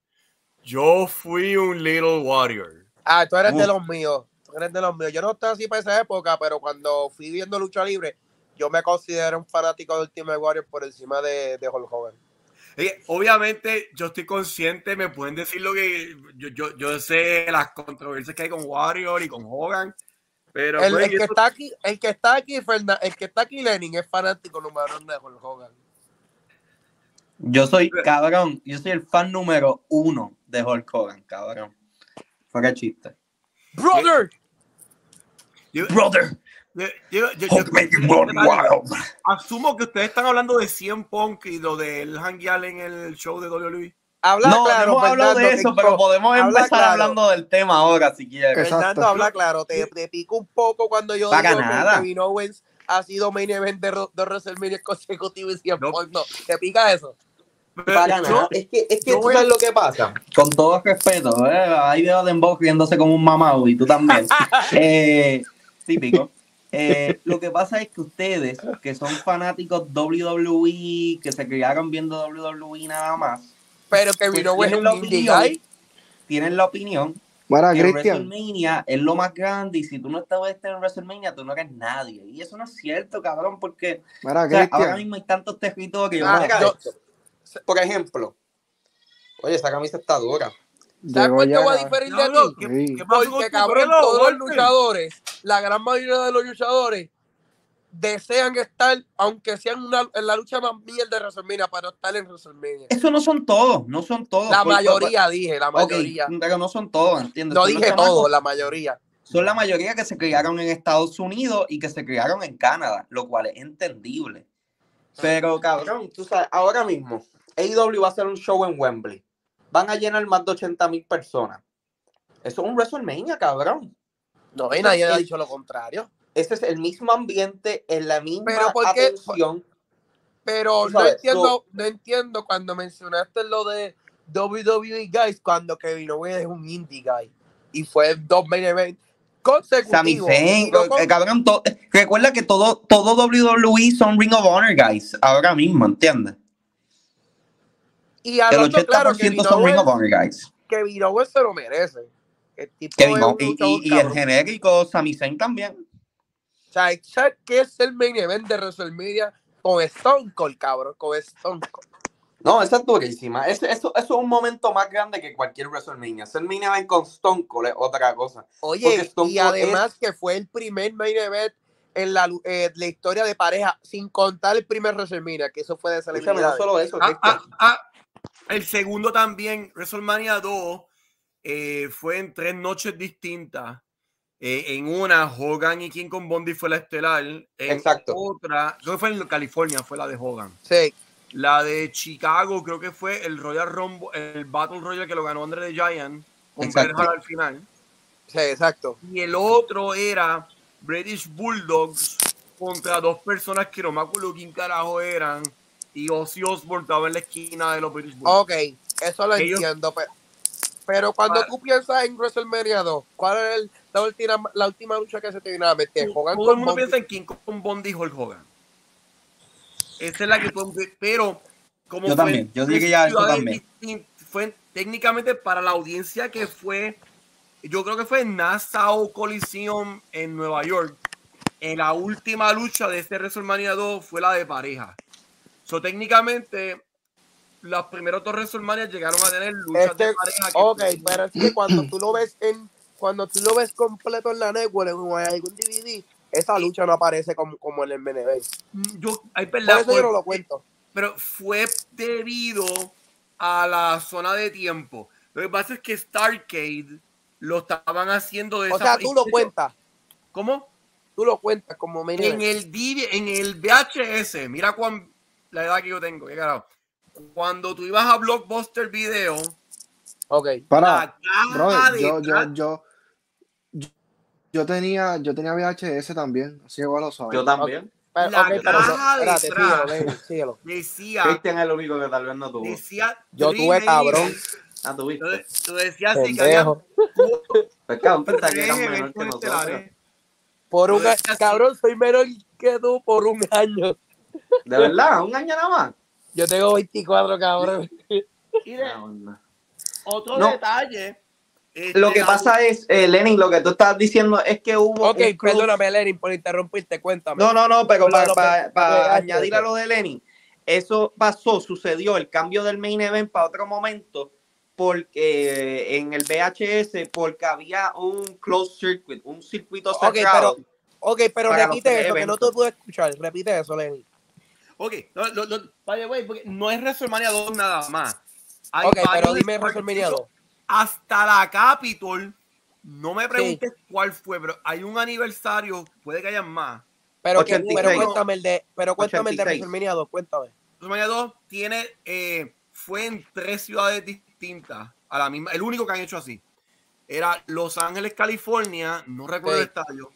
F: Yo fui un Little Warrior.
A: Ah, tú eres
E: Uh.
A: de los míos. Tú eres de los míos. Yo no estaba así para esa época, pero cuando fui viendo lucha libre, yo me considero un fanático de Ultimate Warrior por encima de, de Hulk Hogan.
F: Eh, Obviamente, yo estoy consciente, me pueden decir lo que yo, yo, yo sé, las controversias que hay con Warrior y con Hogan, pero pues,
A: El,
F: güey,
A: el que
F: eso-
A: está aquí, el que está aquí, Fernan- el que está aquí, Lenin, es fanático número uno de Hulk Hogan.
E: yo soy, cabrón, yo soy el fan número uno de Hulk Hogan, cabrón. Fuera chiste.
A: Brother,
F: yo-
E: Brother,
F: yo- yo- yo-
E: Hulk making world wild.
F: asumo que ustedes están hablando de 100 Punk y lo del hangueal en el show de E. WWE.
A: habla
E: No,
A: claro.
E: no hemos hablado de
A: Fernando,
E: eso,
A: que-
E: pero podemos
A: habla
E: empezar
A: claro.
E: hablando del tema ahora, si quieres.
B: Exacto.
A: Fernando, habla claro. Te, te pico un poco cuando yo
E: Para
A: que
E: nada.
A: Kevin Owens ha sido main event de, Ro- de WrestleMania consecutivo y siempre
F: No.
A: no. Te pica eso.
F: Pero
D: Para
F: yo-
D: nada. Es que, es que
F: yo
D: tú
F: voy a-
D: sabes lo que pasa.
A: (laughs)
E: Con todo respeto, eh, ahí veo a Dembow riéndose como un mamado y tú también. Eh, típico. Eh, lo que pasa es que ustedes, que son fanáticos WWE, que se criaron viendo WWE nada más,
A: Pero que
E: pues
A: vino bueno
E: tienen,
A: un
E: la
A: indie guy.
E: opinión, tienen la opinión
B: Bueno,
E: que
B: Cristian,
E: WrestleMania es lo más grande y si tú no estás en WrestleMania, tú no eres nadie. Y eso no es cierto, cabrón, porque
B: mira,
E: o sea, ahora
B: Cristian.
E: mismo hay tantos territorios.
D: Ah,
E: mira,
D: yo- Por ejemplo, oye, esa camisa está dura.
A: ¿Sabes
B: Llegó
A: cuál
B: ya.
A: yo voy a diferir de
F: Diablo,
A: ti?
F: ¿qué,
B: Sí.
F: qué pasó con
A: Porque
F: tu
A: cabrón,
F: pelo,
A: todos los
F: Walter?
A: luchadores, la gran mayoría de los luchadores desean estar, aunque sean una, en la lucha más mierda de WrestleMania, pero estar en WrestleMania.
E: Eso no son todos, no son todos.
A: La
E: Por-
A: mayoría, dije, la
E: Ok,
A: mayoría.
E: pero no son todos, ¿entiendes?
A: No
E: Son los
A: dije
E: chamacos-
A: todo, la mayoría.
E: Son la mayoría que se criaron en Estados Unidos y que se criaron en Canadá, lo cual es entendible.
D: Pero
A: Ah.
D: cabrón, tú sabes, ahora mismo,
E: E
D: AEW va a hacer un show en Wembley. Van a llenar más de 80 mil personas. Eso es un WrestleMania, cabrón.
A: No, y nadie ha dicho lo contrario.
D: Ese es el mismo ambiente, es la misma
A: Pero, ¿por qué?
D: atención.
A: Pero
D: Tú
A: no
D: sabes,
A: entiendo, no entiendo cuando mencionaste lo de WWE Guys, cuando Kevin Owens es un indie guy. Y fue dos main event
E: Sami
A: consecutivos.
E: Zayn,
A: Y no con-
E: eh, cabrón, to- recuerda que todo, todo WWE son Ring of Honor, guys, ahora mismo, ¿entiendes?
A: Y al
E: El
A: otro,
E: 80%
A: claro, Kevin
E: son Ring of
A: Owens,
E: Honor, guys.
A: Kevin Owens se lo merece. El tipo
E: Kevin
A: es un
E: Owens. Y,
A: luchador
E: y- y el
A: cabrón.
E: genérico Sami Zayn también.
A: O sea, ¿sabes qué es el main event de WrestleMania? Con Stone Cold, cabrón, con Stone Cold.
D: No, esa es durísima. Ese- eso, eso es un momento más grande que cualquier WrestleMania. Ser main event con Stone Cold es otra cosa. Porque
A: Oye,
D: Stone
A: y
D: Cold
A: además que fue el primer main event en la, lu- eh, la historia de pareja, sin contar el primer WrestleMania, que eso fue de
D: Escúchame, no
A: celebridades.
D: solo eso.
F: Ah,
D: Cristian.
F: ah, ah. El segundo también, WrestleMania 2, eh, fue en tres noches distintas. Eh, en una, Hogan y King con Bondi fue la estelar. En
D: Exacto.
F: otra, creo que fue en California, fue la de Hogan.
A: Sí,
F: La de Chicago, creo que fue el Royal Rumble, el Battle Royal que lo ganó Andre the Giant con Bret
E: Exacto.
F: Hart al final.
A: sí, exacto.
F: Y el otro era British Bulldogs contra dos personas que no me acuerdo quién carajo eran. Y Ozzy Osbourne estaba en la esquina de los British Bulldogs.
A: Ok, eso lo
F: Ellos-
A: entiendo, pe- pero, cuando
D: Ah.
F: Para-
A: tú piensas en WrestleMania 2, ¿cuál es el- la, última, la última lucha que se te viene a la mente? Hogan
F: todo el
A: con
F: mundo
A: Bobby.
F: piensa en King Kong Bondi y Hulk Hogan. Esa es la que todo el mundo- pero como
E: Yo
F: fue
E: también, yo
F: en
E: diría eso
F: ciudades
E: también.
F: distint- Fue técnicamente para la audiencia que fue, yo creo que fue en Nassau Coliseum en Nueva York. En la última lucha de este WrestleMania 2 fue la de pareja. So, técnicamente, las primeras dos WrestleMania llegaron a tener luchas de
A: Este-
F: pareja. que-
A: Ok, pero es que cuando tú lo ves en cuando tú lo ves completo en la network en algún DVD, esa lucha no aparece como, como en el main event.
F: Mm, Yo, ay,
A: Por
F: verdad,
A: eso yo no lo
F: porque-
A: cuento.
F: pero fue debido a la zona de tiempo. Lo que pasa es que Starcade lo estaban haciendo de
A: O
F: esa
A: sea, tú lo cuentas,
F: ¿Cómo?
A: tú lo cuentas como main
F: En
A: event.
F: el, DV en el VHS, mira cuán, la edad que yo tengo, qué carajo. Cuando tú ibas a Blockbuster Video,
A: Ok.
B: Para,
F: la caja
B: brother,
F: de
B: yo, yo,
F: tra-
B: yo, yo, yo tenía, yo tenía VHS también, así igual lo sabes.
D: Yo también.
A: Pero,
F: La
A: ok, pero no,
F: caja de
A: espérate,
F: atrás.
A: síguelo, baby, síguelo.
F: decía,
D: Cristian es el único que tal vez no tuvo.
F: decía,
A: Yo tuve,
F: Dream
A: cabrón.
F: Evil.
D: Ah,
F: Tú
D: tuviste.
F: de- tú decías así que había
A: Pendejo.
D: Pues cabrón, pensaba que
F: tres
D: era menor que
F: eventos
D: nosotros.
F: estelares.
A: Por un
F: Yo decía así.
A: cabrón, soy menor que tú por un año.
D: De verdad, un año nada más.
A: Yo tengo 24, cabrón.
F: Y de-
D: Ah, bueno.
F: otro
D: No.
F: detalle.
D: Lo
F: este,
D: que
F: la-
D: pasa es, eh, Lenin, lo que tú estás diciendo es que hubo.
A: Ok,
D: un cross-
A: perdóname, Lenin, por interrumpirte, cuéntame.
D: No, no, no, pero
A: Hola,
D: para
A: López. López, ah,
D: añadir a
A: ok.
D: lo de Lenin, eso pasó, sucedió el cambio del main event para otro momento porque eh, en el VHS porque había un closed circuit, un circuito
A: Ok,
D: cerrado.
A: Ok, pero
D: Para los
A: repite eso, que no
D: eventos.
A: te pude escuchar. Repite eso, Lenin.
F: Ok, no, no, no, by the way, porque no es WrestleMania 2 nada más. Hay
A: Ok, pero
F: varios
A: dime
F: Sparks.
A: WrestleMania 2.
F: Hasta la Capitol, no me preguntes cuál fue, pero hay un aniversario, puede que hayan más.
A: Pero, que-
D: 86.
A: pero cuéntame el de, pero cuéntame el de
D: 86.
A: WrestleMania 2, cuéntame.
F: WrestleMania 2 tiene, eh, fue en tres ciudades distintas, a la misma, el único que han hecho así. Era Los Ángeles, California, no recuerdo el
A: Sí.
F: estadio.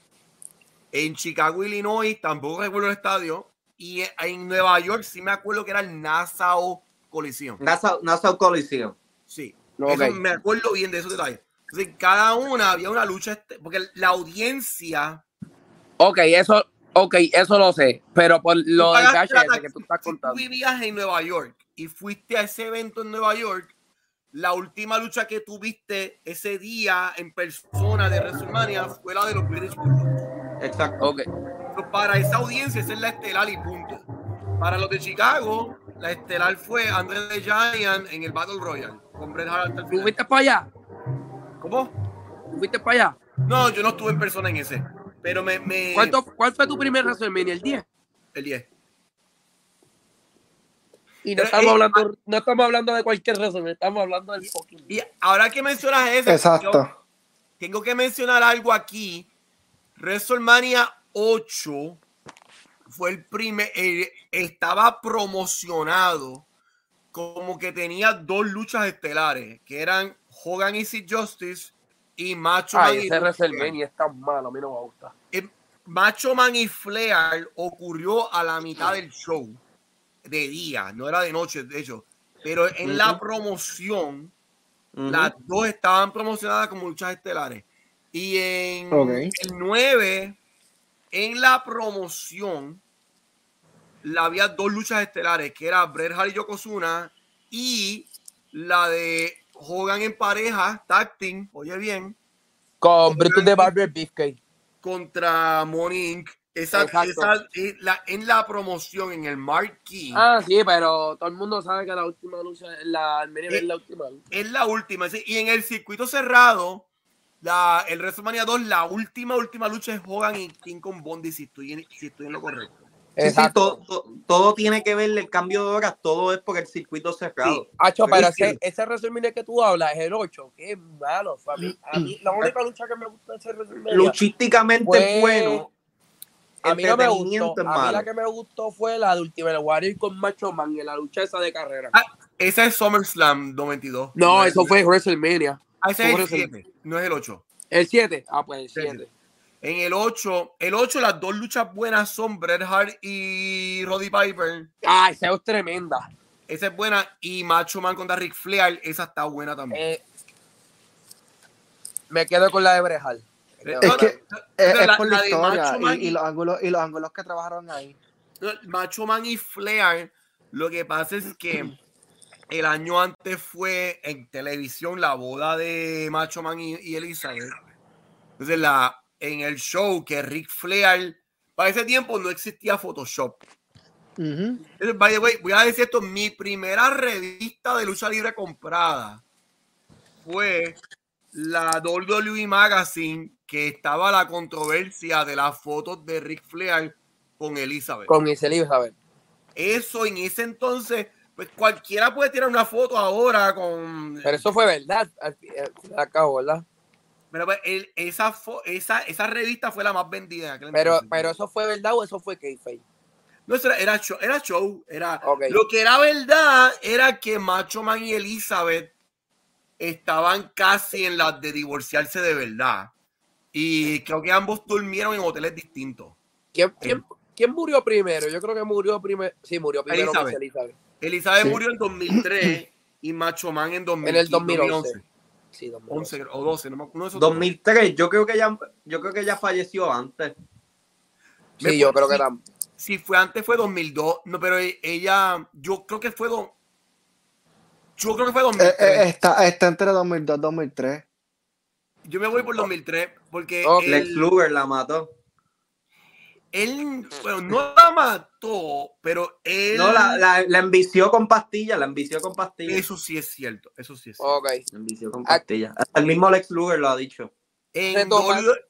F: En Chicago, Illinois, tampoco recuerdo el estadio. Y en Nueva York sí me acuerdo que era el Nassau Coliseum.
D: Nassau, Nassau Coliseum.
F: Sí.
A: No,
F: Eso
A: ok.
F: me acuerdo bien de esos detalles. Entonces, cada una había una lucha, este- porque la audiencia
A: Ok, eso, ok, eso lo sé. Pero por lo de
F: pagaste la
A: Cash
F: tax-
A: que tú estás
F: si tú
A: contando.
F: vivías en Nueva York y fuiste a ese evento en Nueva York, la última lucha que tuviste ese día en persona de WrestleMania fue la de los British Bulldogs.
D: Exacto.
A: Ok,
F: Pero Para esa audiencia, esa es la estelar y punto. Para los de Chicago, la estelar fue Andrés de Giant en el Battle Royale con Bret Hart hasta el
A: ¿tú
F: final.
A: fuiste para allá?
F: ¿Cómo?
A: ¿Tú fuiste para allá?
F: No, yo no estuve en persona en ese. Pero me. me
A: ¿Cuánto, ¿Cuál fue tu primer WrestleMania? El 10.
F: El 10.
A: Y no
F: Eh,
A: estamos
F: eh,
A: hablando, no estamos hablando de cualquier WrestleMania, estamos hablando del fucking
F: Y ahora que mencionas ese. yo-
B: Exacto.
F: Tengo que mencionar algo aquí. WrestleMania 8 fue el primer, eh, estaba promocionado como que tenía dos luchas estelares, que eran Hogan y Sid Justice y Macho Man.
A: Ay,
F: y
A: ese
F: Ric Flair.
A: WrestleMania es tan malo, a mí no me gusta.
F: Eh, Macho Man y Flair ocurrió a la mitad del show, de día, no era de noche, de hecho, pero en la promoción, las dos estaban promocionadas como luchas estelares. Y en
B: Ok.
F: el 9, en la promoción, la había dos luchas estelares, que era Bret Hart y Yokozuna y la de Hogan en pareja, tag team, oye bien,
A: Con Brutus de Barber Beefcake.
F: contra Money Inc. Esa,
A: Exacto.
F: esa- eh, la- en la promoción, en el marquee,
A: Ah, sí, pero todo el mundo sabe que la última lucha, la Almería
F: Eh,
A: es la última. lucha.
F: es la última. sí, Y en el circuito cerrado, la, el WrestleMania 2, la última, última lucha es Hogan y King con Bondi, si estoy en, si estoy en lo correcto.
D: Sí, sí,
A: Exacto.
D: todo, todo- todo tiene que ver el cambio de horas, todo es por el circuito cerrado.
A: Sí, Acho, pero
D: Sí,
A: ese,
D: sí.
A: ese WrestleMania que tú hablas es el 8. Qué malo. fue A mí, a mí la única lucha que me gusta de ese WrestleMania.
D: Luchísticamente
A: Pues,
D: es bueno.
A: a mí no me
D: entretenimiento
A: gustó.
D: es
A: A mí
D: malo.
A: la que me gustó fue la de Ultimate Warrior con Macho Man en la lucha esa de carrera.
F: Ah, Esa es SummerSlam 92.
A: No,
F: es-
A: eso fue WrestleMania.
F: Ah, ese es
A: sobre-
F: el 7, no es el 8.
A: El 7. Ah, pues el 7.
F: En el 8, el 8, las dos luchas buenas son Bret Hart y Roddy Piper.
A: Ah, esa es tremenda.
F: Esa es buena. Y Macho Man contra Ric Flair, esa está buena también.
A: Eh, me quedo con la de Brejal.
F: Eh,
B: Es
F: no,
B: que-
F: no,
B: Es,
F: pero
B: es
F: la-
B: por
F: la
B: la
F: de
B: historia
F: Macho Man
B: y, y los ángulos, y los ángulos que trabajaron ahí.
F: Macho Man y Flair, lo que pasa es que el año antes fue en televisión la boda de Macho Man y, y Elizabeth. Entonces, la, en el show que Ric Flair, para ese tiempo no existía Photoshop.
B: Ujú.
F: Entonces, by the way, voy a decir esto, mi primera revista de lucha libre comprada fue la WWE Magazine, que estaba la controversia de las fotos de Ric Flair con Elizabeth.
A: Con Iseli, ¿sabes?
F: Eso en ese entonces, pues cualquiera puede tirar una foto ahora con.
A: Pero eso fue verdad. Al fin- al fin y al cabo, ¿verdad?
F: Pero, pues, el- esa, fo- esa, esa revista fue la más vendida. en aquel
A: Pero,
F: entonces.
A: pero eso fue verdad o eso fue kayfabe.
F: No, eso era, era show. Era show era,
A: Ok.
F: Lo que era verdad era que Macho Man y Elizabeth estaban casi en las de divorciarse de verdad. Y creo que ambos durmieron en hoteles distintos.
A: ¿Quién, quién, quién murió primero? Yo creo que murió primero. Sí, murió primero
F: Elizabeth.
A: Miss Elizabeth.
F: Elizabeth
B: Sí.
F: murió
A: (clears throat)
F: en 2003 y Macho Man en, 2000,
A: En el 2011. Sí,
F: 11
A: 2011.
F: o 12, no me acuerdo. uno de esos dos.
D: 2003, yo creo que ya, yo creo que ya falleció antes.
A: Sí, yo creo que era.
F: Si fue antes fue 2002, no, pero e- ella, yo creo que fue do- yo creo que fue
B: Eh,
F: 2003.
B: eh, está, está entre 2002 y 2003.
F: yo me voy por 2003 porque
A: Ok.
D: Lex
F: él,
D: Luger la mató.
F: él, bueno, no la mató, pero él
D: No, la, la, la envició con pastillas, la envició con pastillas.
F: eso sí es cierto, eso sí es cierto.
A: Ok.
D: La envició con
A: Ah.
D: pastillas. Hasta el mismo Lex Luger lo ha dicho.
F: En
A: Retomar-
F: W-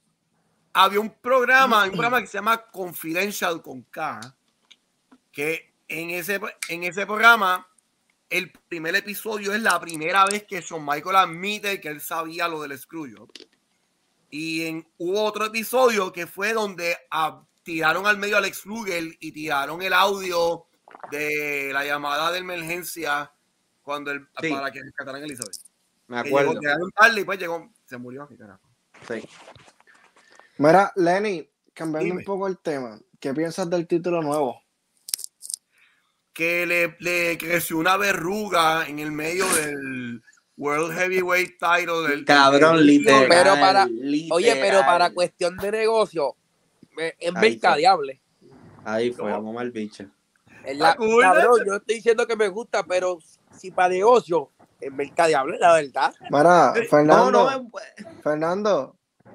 F: había un programa, un programa que se llama Confidential con K, que en ese, en ese programa, el primer episodio es la primera vez que Shawn Michael admite que él sabía lo del Screwjob. Y en, hubo otro episodio que fue donde ah, tiraron al medio a Alex Luger y tiraron el audio de la llamada de emergencia cuando el,
D: Sí.
F: para que rescataran a Elizabeth.
D: Me
F: Que llegó,
D: acuerdo.
F: llegaron tarde y pues llegó, se murió. qué carajo.
D: Sí.
B: Mira, Lenny, cambiando
F: Dime.
B: un poco el tema, ¿qué piensas del título nuevo?
F: que le, le creció una verruga en el medio del World Heavyweight Title del
D: Cabrón, literal.
A: Pero para-
D: literal.
A: Oye, pero para cuestión de negocio, eh, es
E: Ahí
A: mercadeable.
E: Ahí fue, vamos al bicho.
A: Es la-
F: Está cool,
A: cabrón, yo estoy diciendo que me gusta, pero si para negocio es mercadeable, la verdad.
B: Mara,
E: No,
B: Fernando.
E: no, es-
B: Fernando.
A: O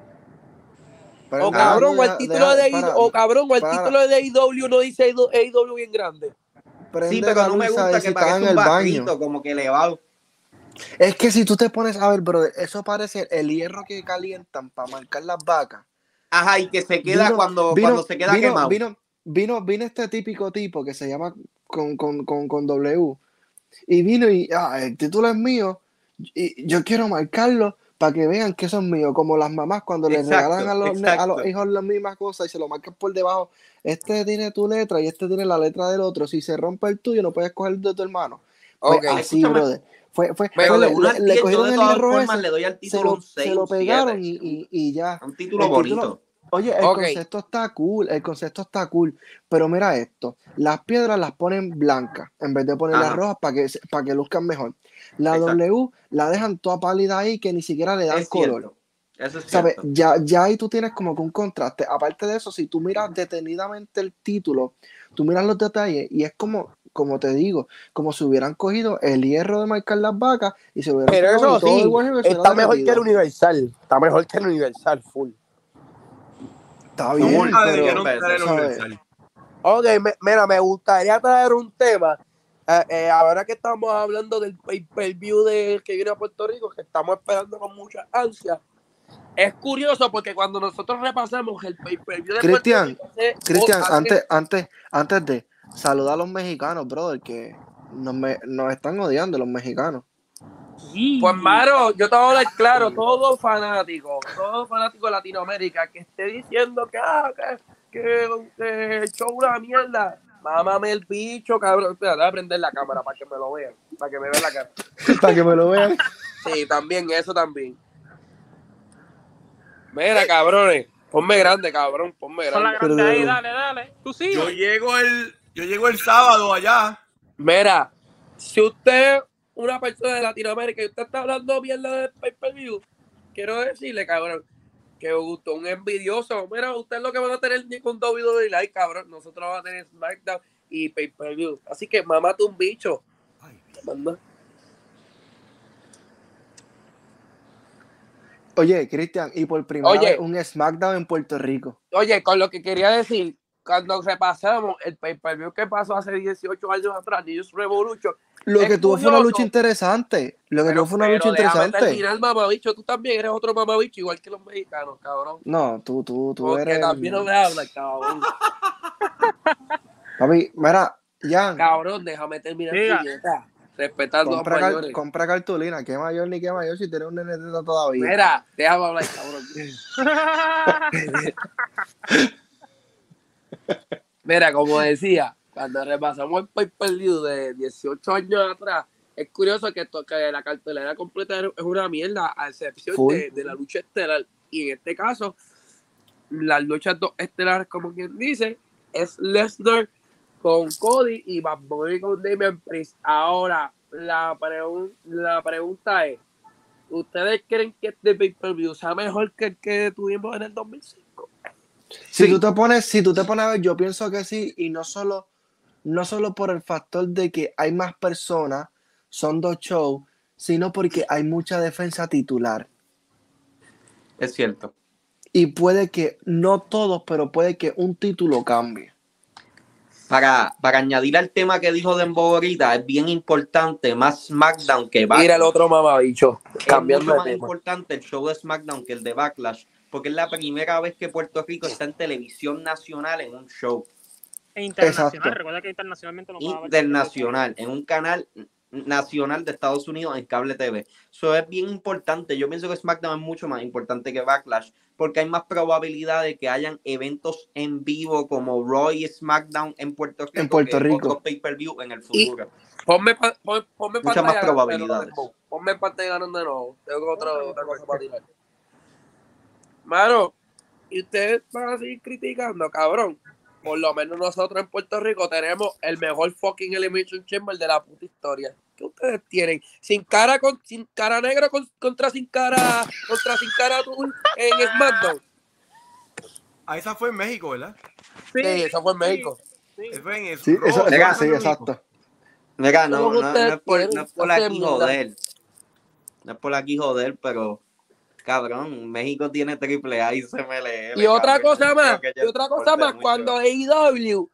B: Fernando,
A: cabrón, o el
B: deja-
A: título de
B: deja-
A: I- o cabrón, o el
B: para.
A: título de IW no dice IW bien grande.
B: prende
E: sí,
B: la
E: pero no me
B: luz ahí
E: gusta
B: si
E: que
B: estás
E: parezca
B: en
E: un
B: el
E: barrito,
B: baño.
E: como que elevado.
B: Es que si tú te pones a ver, bro, eso parece el hierro que calientan para marcar las vacas.
E: Ajá, y que se queda
B: Vino-
E: cuando, cuando se queda
B: vino,
E: quemado.
B: Vino, vino, vino este típico tipo que se llama con, con, con, con W. Y vino y, ah, el título es mío. Y yo quiero marcarlo para que vean que eso es mío. Como las mamás cuando les
E: Exacto,
B: regalan a los, ne- a los
E: exacto.
B: hijos las mismas cosas y se lo marcan por debajo. Este tiene tu letra y este tiene la letra del otro. Si se rompe el tuyo, no puedes coger el de tu hermano. Pues
A: Ok,
B: así,
E: escúchame.
B: brother. Fue, fue,
E: Pero
B: fue-
E: de
B: le-
E: uno al
B: le, le
E: diez, yo
B: cogieron
E: de
B: el
E: todas
B: hierro
E: formas
B: ese,
E: le doy al
B: se
E: título
B: lo,
E: un
B: se
E: 6,
B: lo pegaron y, y- y ya.
E: Un título
B: el título-
E: bonito.
B: Oye, el
A: Ok.
B: concepto está cool, el concepto está cool, pero mira esto, las piedras las ponen blancas en vez de ponerlas
E: Ajá.
B: rojas para que, se- para que luzcan mejor. La
E: Exacto.
B: W la dejan toda pálida ahí que ni siquiera le dan
E: Es
B: color.
E: cierto. Eso es
B: ¿Sabes?
E: cierto.
B: Ya, ya ahí tú tienes como que un contraste. Aparte de eso, si tú miras detenidamente el título, tú miras los detalles y es como, como te digo, como si hubieran cogido el hierro de marcar las vacas y se hubieran
G: Pero
B: pegado
G: eso
B: y todo
G: sí,
B: el Warhammer se
G: está
B: hubiera
G: mejor que el
B: derretido.
G: Universal. Está mejor que el Universal, full.
B: Está
F: No,
B: bien,
F: la
B: pero,
F: debieron
E: pero,
F: traer el
B: ¿sabes?
F: Universal.
A: Ok, me- mira, me gustaría traer un tema. eh, eh, ahora que estamos hablando del pay-per-view de, que viene a Puerto Rico, que estamos esperando con mucha ansia. Es curioso porque cuando nosotros repasamos el pay-per-view de
B: Cristian,
A: Puerto Rico, hace-
B: Cristian,
A: hace-
B: antes, antes, antes de saludar a los mexicanos, brother, que nos, me- nos están odiando los mexicanos.
A: Pues, Maro, yo te voy a hablar claro, todo fanático, todo fanático de Latinoamérica que esté diciendo que, ah, que, que, que el show una mierda, mámame el bicho, cabrón. Espera, te voy a prender la cámara para que me lo vean, para que me vean la cara.
B: Para que me lo vean.
A: Sí, también, eso también. Mira, cabrones, ponme grande, cabrón, ponme
H: Son la
A: grande.
H: grande ahí, dale, dale. Tú sí.
F: Yo llego el, yo llego el sábado allá.
A: Mira, si usted es una persona de Latinoamérica y usted está hablando mierda de pay per view, quiero decirle, cabrón, que usted es un envidioso. Mira, usted es lo que van a tener ni con WWE Live, cabrón. Nosotros vamos a tener SmackDown y pay per view. Así que mamate un bicho. Manda.
B: Oye, Cristian, y por primera
A: Oye.
B: vez un SmackDown en Puerto Rico.
A: Oye, con lo que quería decir, cuando repasamos el pay per view que pasó hace 18 años atrás, News Revolution,
B: Lo
A: Es
B: que tuvo fue una
A: curioso.
B: lucha interesante. Lo que tuvo fue una lucha
A: déjame
B: interesante.
A: terminar, mamabicho. Tú también eres otro mamabicho, igual que los mexicanos, cabrón.
B: No, tú, tú, tú
A: Porque
B: eres.
A: también no me habla,
B: (laughs)
A: cabrón.
B: Papi, mira, Jan,
A: Cabrón, déjame terminar
H: Diga.
A: puñeta. Respetando a los
B: compra, cal-
A: mayores.
B: compra cartulina. Qué mayor ni qué mayor si tienes un nene teta todavía.
A: Mira, déjame hablar, cabrón. Mira, como decía, cuando repasamos el pay perdido de 18 años atrás, es curioso que, esto- que la cartelera completa es una mierda, a excepción
B: Full.
A: de, de la lucha estelar. Y en este caso, las luchas dos estelares, como quien dice, es Lesnar con Cody y Bad Bunny con Damian Priest. Ahora, la, pregun- la pregunta es, ¿ustedes creen que este pay-per-view sea mejor que el que tuvimos en el 2005?
B: Si
E: Sí.
B: tú te pones, si tú te pones a ver, yo pienso que sí, y no solo, no solo por el factor de que hay más personas, son dos shows, sino porque hay mucha defensa titular.
E: Es cierto.
B: Y puede que, no todos, pero puede que un título cambie.
E: Para, para añadir al tema que dijo Dembo ahorita, es bien importante más SmackDown que Backlash.
A: Mira el otro mamabicho,
E: es mucho
A: cambiando
E: más
A: de tema.
E: importante el show de SmackDown que el de Backlash, porque es la primera vez que Puerto Rico está en televisión nacional en un show
H: E internacional.
B: Exacto.
H: Recuerda que internacionalmente no paga-
E: internacional, en un canal nacional de Estados Unidos en cable TV. Eso es bien importante. Yo pienso que SmackDown es mucho más importante que Backlash, porque hay más probabilidad de que hayan eventos en vivo como Raw y SmackDown en Puerto Rico,
B: En Puerto
E: que
B: Rico.
E: otros pay-per-view en el futuro.
A: Ponme, pa- pon- ponme pantalla
E: Muchas más
A: grande,
E: probabilidades.
A: de nuevo. Ponme pantalla grande de nuevo. Tengo otra, otra cosa para tirar. Mano, y ustedes van a seguir criticando, cabrón. Por lo menos nosotros en Puerto Rico tenemos el mejor fucking Elimination Chamber de la puta historia. ¿Qué ustedes tienen? Sin cara con sin cara negra con- contra sin cara contra sin cara azul en SmackDown.
F: Ah, esa fue en México, ¿verdad?
G: Sí, eso fue en México.
H: sí.
F: Esa Fue en eso.
B: Sí, eso,
E: Bro,
B: nega,
E: eso
B: sí,
E: es lo
B: exacto.
E: Mira, no,
A: Como
E: no, no
A: ustedes
E: es por,
A: quieren,
E: no es por
A: hacer
E: aquí
A: mierda.
E: joder. No es por aquí joder, pero cabrón, México tiene triple A y CMLL.
A: Y otra
E: cabrón.
A: cosa
E: Yo
A: más,
E: creo que
A: y
E: ya
A: otra
E: importa
A: cosa más,
E: mucho.
A: cuando AEW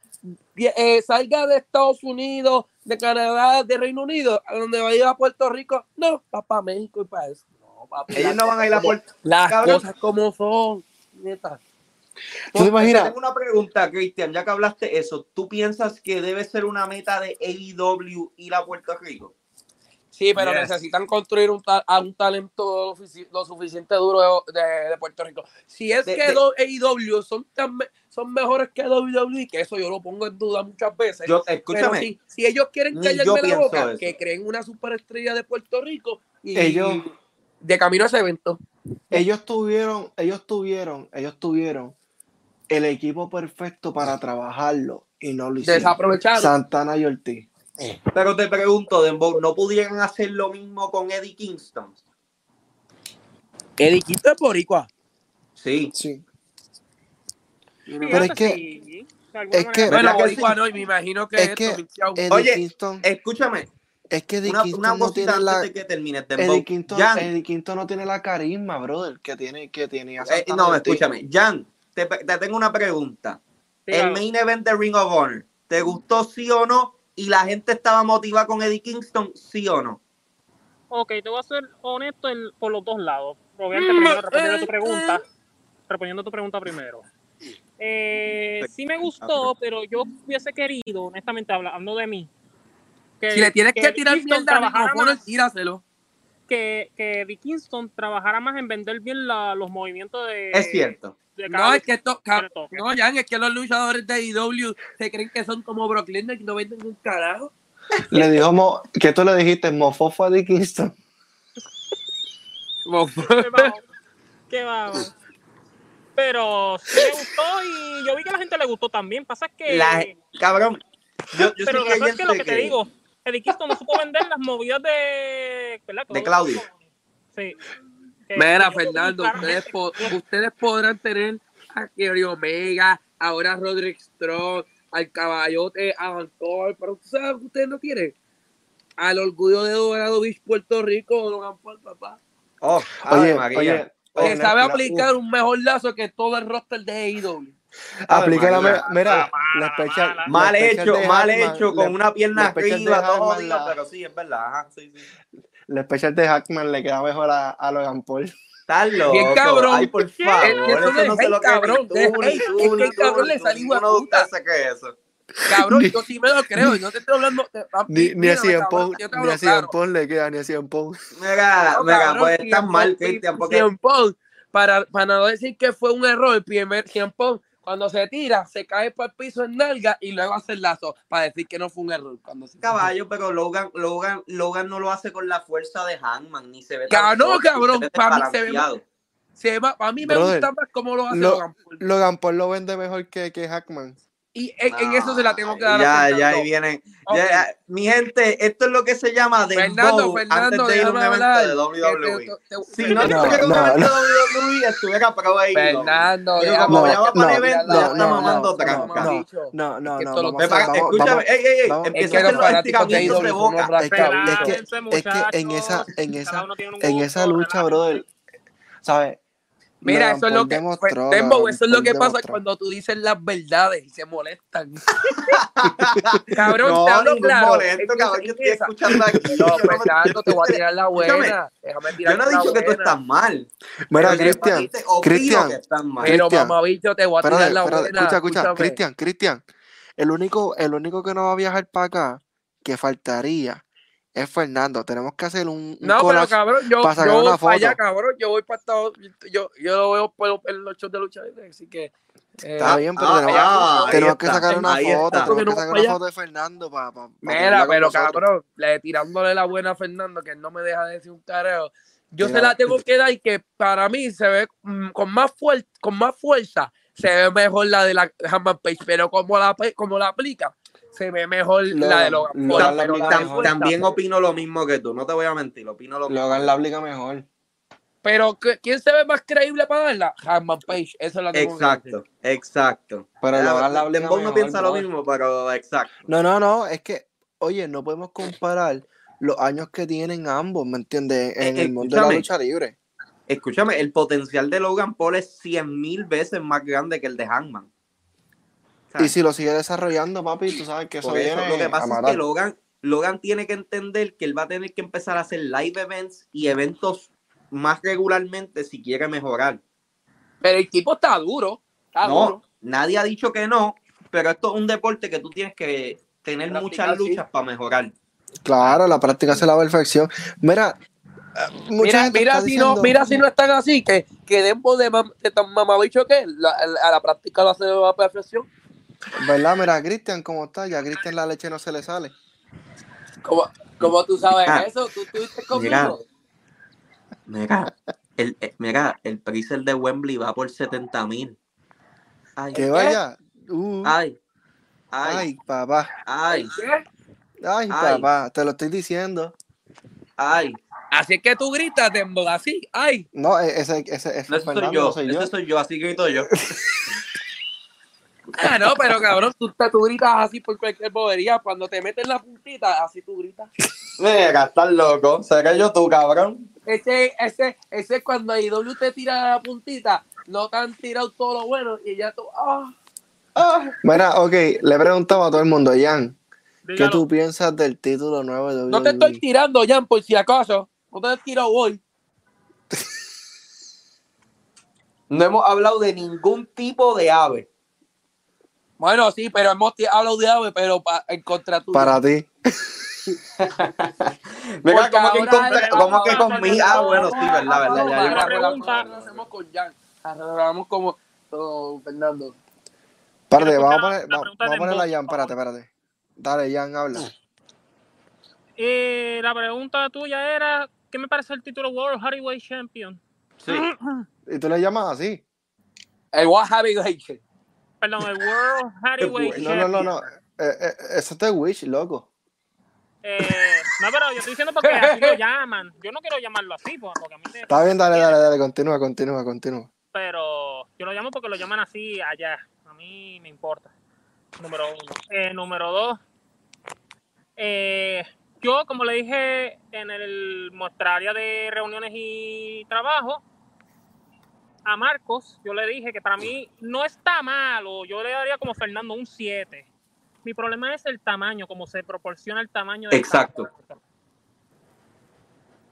A: eh, salga de Estados Unidos, de Canadá, de Reino Unido, a donde va a ir a Puerto Rico, no, va para México y para eso. No, papi,
E: Ellos
A: las
E: no van a ir a
A: cosas
E: Puerto
A: como- Las
E: cabrón.
A: cosas como son, neta.
B: ¿Tú te
E: Te
B: imaginas?
E: Tengo una pregunta, Cristian, ya que hablaste eso, ¿tú piensas que debe ser una meta de AEW ir a Puerto Rico?
A: Sí, pero
F: Yes.
A: necesitan construir un, ta- a un talento lo, sufici- lo suficiente duro de, de- de Puerto Rico. Si es
E: De-
A: que
E: de-
A: do- AEW son, tan me- son mejores que WWE, que eso yo lo pongo en duda muchas veces.
E: Yo,
A: Pero
E: escúchame,
A: si, si ellos quieren
E: Ni
A: callarme
E: yo
A: la
E: pienso
A: boca,
E: eso.
A: que creen una superestrella de Puerto Rico y
B: Ellos-
A: de camino a ese evento.
B: Eh, Ellos tuvieron, ellos tuvieron, ellos tuvieron el equipo perfecto para trabajarlo y no lo hicieron.
A: Desaprovecharon.
B: Santana y Ortiz.
E: pero te pregunto, Dembow, ¿no pudieran hacer lo mismo con Eddie Kingston?
A: Eddie Kingston es boricua.
E: Sí.
B: Sí.
H: Fíjate,
B: es que-
H: sí, de alguna
B: es que-
H: manera.
A: Bueno,
E: ¿Verdad que
A: boricua
E: sí?
A: no, y me imagino que
B: Es
A: esto,
B: que-
A: mixeado.
B: Eh, Eddie
E: Oye,
B: Kingston,
E: Escúchame,
B: es que Eddie
E: una,
B: Kingston
E: una
B: no
E: cosita
B: tiene
E: antes
B: la.
E: de que termines, Dembow.
B: Eddie Kingston,
E: Jan,
B: Eddie Kingston no tiene la carisma, brother, que tiene, que tenía
E: eh,
B: Santana y
E: no,
B: Ortiz.
E: escúchame, Jan, te, te tengo una pregunta. El
H: Claro.
E: main event de Ring of Honor, ¿te gustó sí o no? ¿Y la gente estaba motivada con Eddie Kingston, sí o no?
H: Ok, te voy a ser honesto en- por los dos lados. Obviamente, primero, respondiendo a tu pregunta. Respondiendo a tu pregunta primero. Eh, sí me gustó, pero yo hubiese querido, honestamente, habla- hablando de mí, que,
A: Si le tienes que,
H: Eddie
A: tirar
H: Kingston
A: mierda al
H: trabajara
A: micrófono,
H: más,
A: tíraselo.
H: que, que Eddie Kingston trabajara más en vender bien la- los movimientos de,
E: Es cierto.
H: de cada
A: No, es que esto, ca-
H: Pero toque.
A: no, Jan, es que los luchadores de IW se creen que son como Brock Lesnar y no venden un carajo.
B: Le dijo, mo- que tú le dijiste, mofofo a Eddie
E: (laughs)
B: Kingston.
H: Qué vago, Qué vago. Pero sí me gustó y yo vi que a la gente le gustó también. Pasa que.
E: La- cabrón, yo, yo
H: pero
E: soy
H: lo que pasa es que lo
E: creyente
H: que te digo, Eddie Kingston no supo vender las movidas de. ¿verdad?
E: De Claudio.
H: Sí. Que-
A: Mira,
H: que yo
A: Fernando,
H: Este, buscaron-
A: ustedes, po- ustedes podrán tener a Kerry Omega, ahora a Roderick Strong, al caballote, a Van Cole, pero tú sabes que ustedes no tienen. Al orgullo de Dorado Beach, Puerto Rico, Logan Paul, papá.
E: Oh, Ave
B: Oye,
E: María.
B: oye,
A: Que
B: oye,
A: sabe
B: no- no-
A: aplicar un mejor lazo que todo el roster de E AEW.
B: Aplica la
E: Ave
B: mira, mira, la especial. la
E: Mal
B: especial
E: hecho,
B: de
E: mal
B: Hackman,
E: hecho, con
B: la-
E: una pierna
B: la especial
E: arriba,
B: de
E: todo
B: Hackman,
E: jodido,
B: la-
E: pero sí, es verdad. Ajá, sí, sí.
B: La especial de Hackman le queda mejor a, a Logan Paul.
E: Estás loco.
A: cabrón.
E: Ay, por favor.
A: Es que eso
E: eso
A: de
E: no se
A: hate,
E: lo crees ni
A: cabrón,
E: tú,
A: de
E: ni
A: hate,
E: tú,
A: es que
E: ni
A: el
E: tú,
A: cabrón
E: ni
A: le
E: tú.
A: salió
E: Ninguno de
A: puta.
E: ustedes se cree eso.
A: Cabrón, yo sí me lo creo, y no te estoy hablando. te-
B: Ni, ni a
A: mírame,
B: Cien
A: cabrón,
B: Pong,
A: yo te
B: ni a
A: hablo
B: Cien
A: claro.
B: Pong le queda, ni a Cien Pong.
E: Mira,
A: No,
E: mira,
A: cabrón,
E: pues estás
A: CM
E: mal,
A: Punk,
E: Cristian, porque
A: CM Punk, para, para no decir que fue un error, el primer CM Punk, cuando se tira, se cae para el piso en nalga y luego hace el lazo, para decir que no fue un error. Cuando se...
E: caballo, pero Logan, Logan, Logan no lo hace con la fuerza de Hangman, ni se ve
A: Cabrón,
E: tan soft,
A: cabrón,
E: se ve
A: para mí se ve
E: desbalanceado.
A: Se va- a mí me
B: Brother,
A: gusta más cómo lo hace
B: lo-
A: Logan Paul.
B: (laughs) Logan Paul lo vende mejor que, que Hackman.
A: Y en, en eso se la tengo que dar a
E: ya,
A: Fernando.
E: ya, ahí vienen.
A: Ok,
E: Ya, ya. mi gente, esto es lo que se llama de
A: Fernando, Fernando,
E: antes de ir a un
A: déjame
E: evento
A: hablar. Este,
E: de WWE.
A: Que te- te- te-
E: Si no
B: No,
E: estuviera un
B: no,
E: evento
B: no.
E: de E, WWE, estuviera pro ahí.
A: Fernando,
E: Pero
A: déjame
E: como
A: hablar,
E: ya va
A: que
E: para
A: te
E: el
A: voy a
E: evento,
A: dar
E: ya
A: la
E: está
A: gana,
E: mamando
A: como
E: tranca.
A: hemos
B: no,
A: dicho.
B: no, no,
A: Es que
B: no,
A: esto lo
B: vamos
E: Ve
A: tengo-
B: a-
E: para acá,
B: vamos-
E: escúchame,
B: vamos-
E: ey, ey, ey,
B: vamos-
A: Es
E: empieza
A: que
E: a hacer
A: los
E: los
A: fanáticos de E
E: estiramientos de este
A: IW son
E: boca.
A: unos
B: es que, es que,
H: Relájense,
A: rascacielos.
B: es que en esa,
A: este
B: en
H: muchachos. Cada
B: esa,
H: uno tiene un
B: en esa
H: gusto,
B: lucha, brother,
H: relájense.
B: ¿sabes?
A: Mira,
B: Logan
A: eso es
B: Paul
A: lo que. pues,
B: demostró,
A: Dembow,
B: Logan
A: eso es lo
B: Paul
A: que pasa
B: demostró.
A: cuando tú dices las verdades y se
E: (laughs)
A: molestan. Cabrón, te
E: no,
A: hablo
E: ningún
A: claro.
E: molesto,
A: en
E: cabrón,
A: esa-
E: yo
A: en
E: estoy
A: esa.
E: escuchando aquí.
A: No, pues,
E: yo, no me-
A: Fernando, te voy a tirar la
E: Escúchame,
A: buena. Déjame
E: yo
A: tirar
E: no he
A: la
E: dicho que tú
A: buena.
E: estás mal.
B: Mira,
E: Lo que pasa
B: Cristian,
E: es que opino
B: Cristian,
E: que estás mal.
A: Pero,
B: Cristian,
A: mamabicho, te voy a
B: espérate,
A: tirar la pues.
B: espérate,
A: buena.
B: escucha, escucha,
A: Escúchame.
B: Cristian, Cristian, el único, el único que no va a viajar para acá, que faltaría, es Fernando. Tenemos que hacer un, un
A: No, pero
B: collab
A: cabrón, yo,
B: para
A: yo
B: sacar
A: voy
B: una
A: para allá,
B: foto.
A: cabrón. Yo voy para Estados Yo, yo lo veo por en los shows de lucha libre, así que. eh,
B: Está bien, pero tenemos,
E: Ah, ahí
B: tenemos que
E: está,
B: sacar una
E: ahí
B: foto,
E: está.
B: tenemos
A: No,
B: que sacar
A: para
B: una
A: allá.
B: foto de Fernando para pa, pa
A: Mira,
B: tenerla con
A: pero
B: nosotros.
A: cabrón, le tirándole la buena a Fernando, que no me deja decir un careo. Yo se
B: Tírala.
A: la tengo que dar y que para mí se ve mm, con más, fuer- con más fuerza, se ve mejor la de la Hammond Page, pero como la, pe- como la aplica, se ve mejor la de
B: Logan,
A: Logan Paul.
B: Logan la
A: pero
E: Tam-
A: la
B: aplica
E: tam-
B: mejor.
A: fuerza-
E: también opino lo mismo que tú, no te voy a mentir, opino lo mismo.
B: Logan la aplica mejor.
A: Pero ¿qué- ¿quién se ve más creíble para darla? Hanman Page, esa es la que tengo que
E: Exacto, exacto.
B: Pero
E: Ah,
B: lograr la
E: Lembo
B: última
E: no
B: mejor,
E: piensa lo
B: brother.
E: mismo, pero exacto.
B: No, no, no, es que, oye, no podemos comparar los años que tienen ambos, ¿me entiendes? En
E: Eh,
B: el mundo de la
E: escúchame.
B: lucha libre.
E: Escúchame, el potencial de Logan Paul es 100 mil veces más grande que el de Hangman. O sea,
B: Y si lo sigue desarrollando, papi, tú sabes que eso
E: por eso,
B: viene
E: lo que
B: a
E: pasa es
B: matar.
E: que Logan, Logan tiene que entender que él va a tener que empezar a hacer live events y eventos más regularmente si quiere mejorar.
A: Pero el tipo está duro. Está duro.
E: No, nadie ha dicho que no, pero esto es un deporte que tú tienes que tener
A: Practicar,
E: muchas
A: sí.
E: luchas para mejorar.
B: Claro, la práctica hace la perfección. Mira, eh, mucha
A: Mira,
B: gente
A: mira
B: está
A: si
B: diciendo-
A: no, mira si no están así, que, que Dembo de, mam- de tan mamabicho que es, la- a la práctica lo hace de la perfección.
B: ¿Verdad? Mira, Cristian, ¿cómo está? Ya a Cristian la leche no se le sale.
A: Como, como tú sabes
E: Ah,
A: eso, tú estuviste
E: mira.
A: conmigo.
E: Mira, el, eh, mira, el Prizel de Wembley va por 70 mil. Ay,
B: Que vaya. Uh, ay,
E: ay, Eh, ay,
B: papá.
E: ay,
A: ¿Qué?
B: Ay,
E: Ay.
B: papá. Te lo estoy diciendo.
E: ay.
A: Así es que tú gritas, Dembo, así. Ay,
B: No, e- ese, ese, ese
E: No, ese soy
B: Fernando,
E: yo,
B: no soy yo.
E: ese soy yo, así grito yo.
A: ah, no, pero cabrón, tú, te- tú gritas así por cualquier bobería. Cuando te meten la puntita, así tú gritas.
E: (laughs) Mira, estás loco. Seré yo tú, cabrón.
A: Ese, ese, ese es cuando IW te tira la puntita, no te han tirado todo lo bueno y ya tú, ah.
B: Mira, ok, le preguntaba a todo el mundo, Jan, ¿qué
H: Dígalo.
B: tú piensas del título nuevo de
A: No te estoy
B: WWE?
A: tirando, Jan, por si acaso. No te he tirado hoy.
E: No hemos hablado de ningún tipo de ave.
A: Bueno, sí, pero hemos ti- hablado de AVE, pero pa- en contra tuya.
B: E? Para ti.
E: Mira,
A: Porque
E: como que,
A: ahora
E: encontré-
A: le
E: como
A: vamos
E: que
A: a
E: con mí.
A: hacer-
E: Ah, bueno, sí, verdad, verdad. Ya,
A: Ahora
E: ya me
A: la
E: acuerdo.
A: pregunta la hacemos con Jan. Hablamos como como Fernando.
B: Espérate,
H: Quiero
B: vamos a poner,
H: escuchar la
B: va-
H: pregunta
B: vamos a
H: de
B: ponerla a
H: Bob,
B: Jan,
H: por
B: espérate, espérate. Dale, Jan, habla.
H: Eh, la pregunta tuya era, ¿qué me parece el título World Heavyweight Champion?
E: Sí.
B: ¿Y tú le llamas así?
A: El Wahabi Gage.
H: Perdón,
B: (laughs)
H: el World Heavyweight
E: El
B: No,
H: Champion.
B: no, no, no. Eh, eh, eso es de Wish, loco.
H: Eh, no, pero yo estoy diciendo porque así lo llaman. Yo no quiero llamarlo así, pues, porque a mí me-
B: Está bien, dale, dale, dale, continúa, continúa, continúa.
H: pero yo lo llamo porque lo llaman así allá. A mí me importa. Número uno. Eh, número dos. eh, yo, como le dije en el mostraria de reuniones y trabajo, a Marcos, yo le dije que para mí no está malo. Yo le daría como Fernando un 7. Mi problema es el tamaño, como se proporciona el tamaño. del
E: Exacto.
H: campeonato.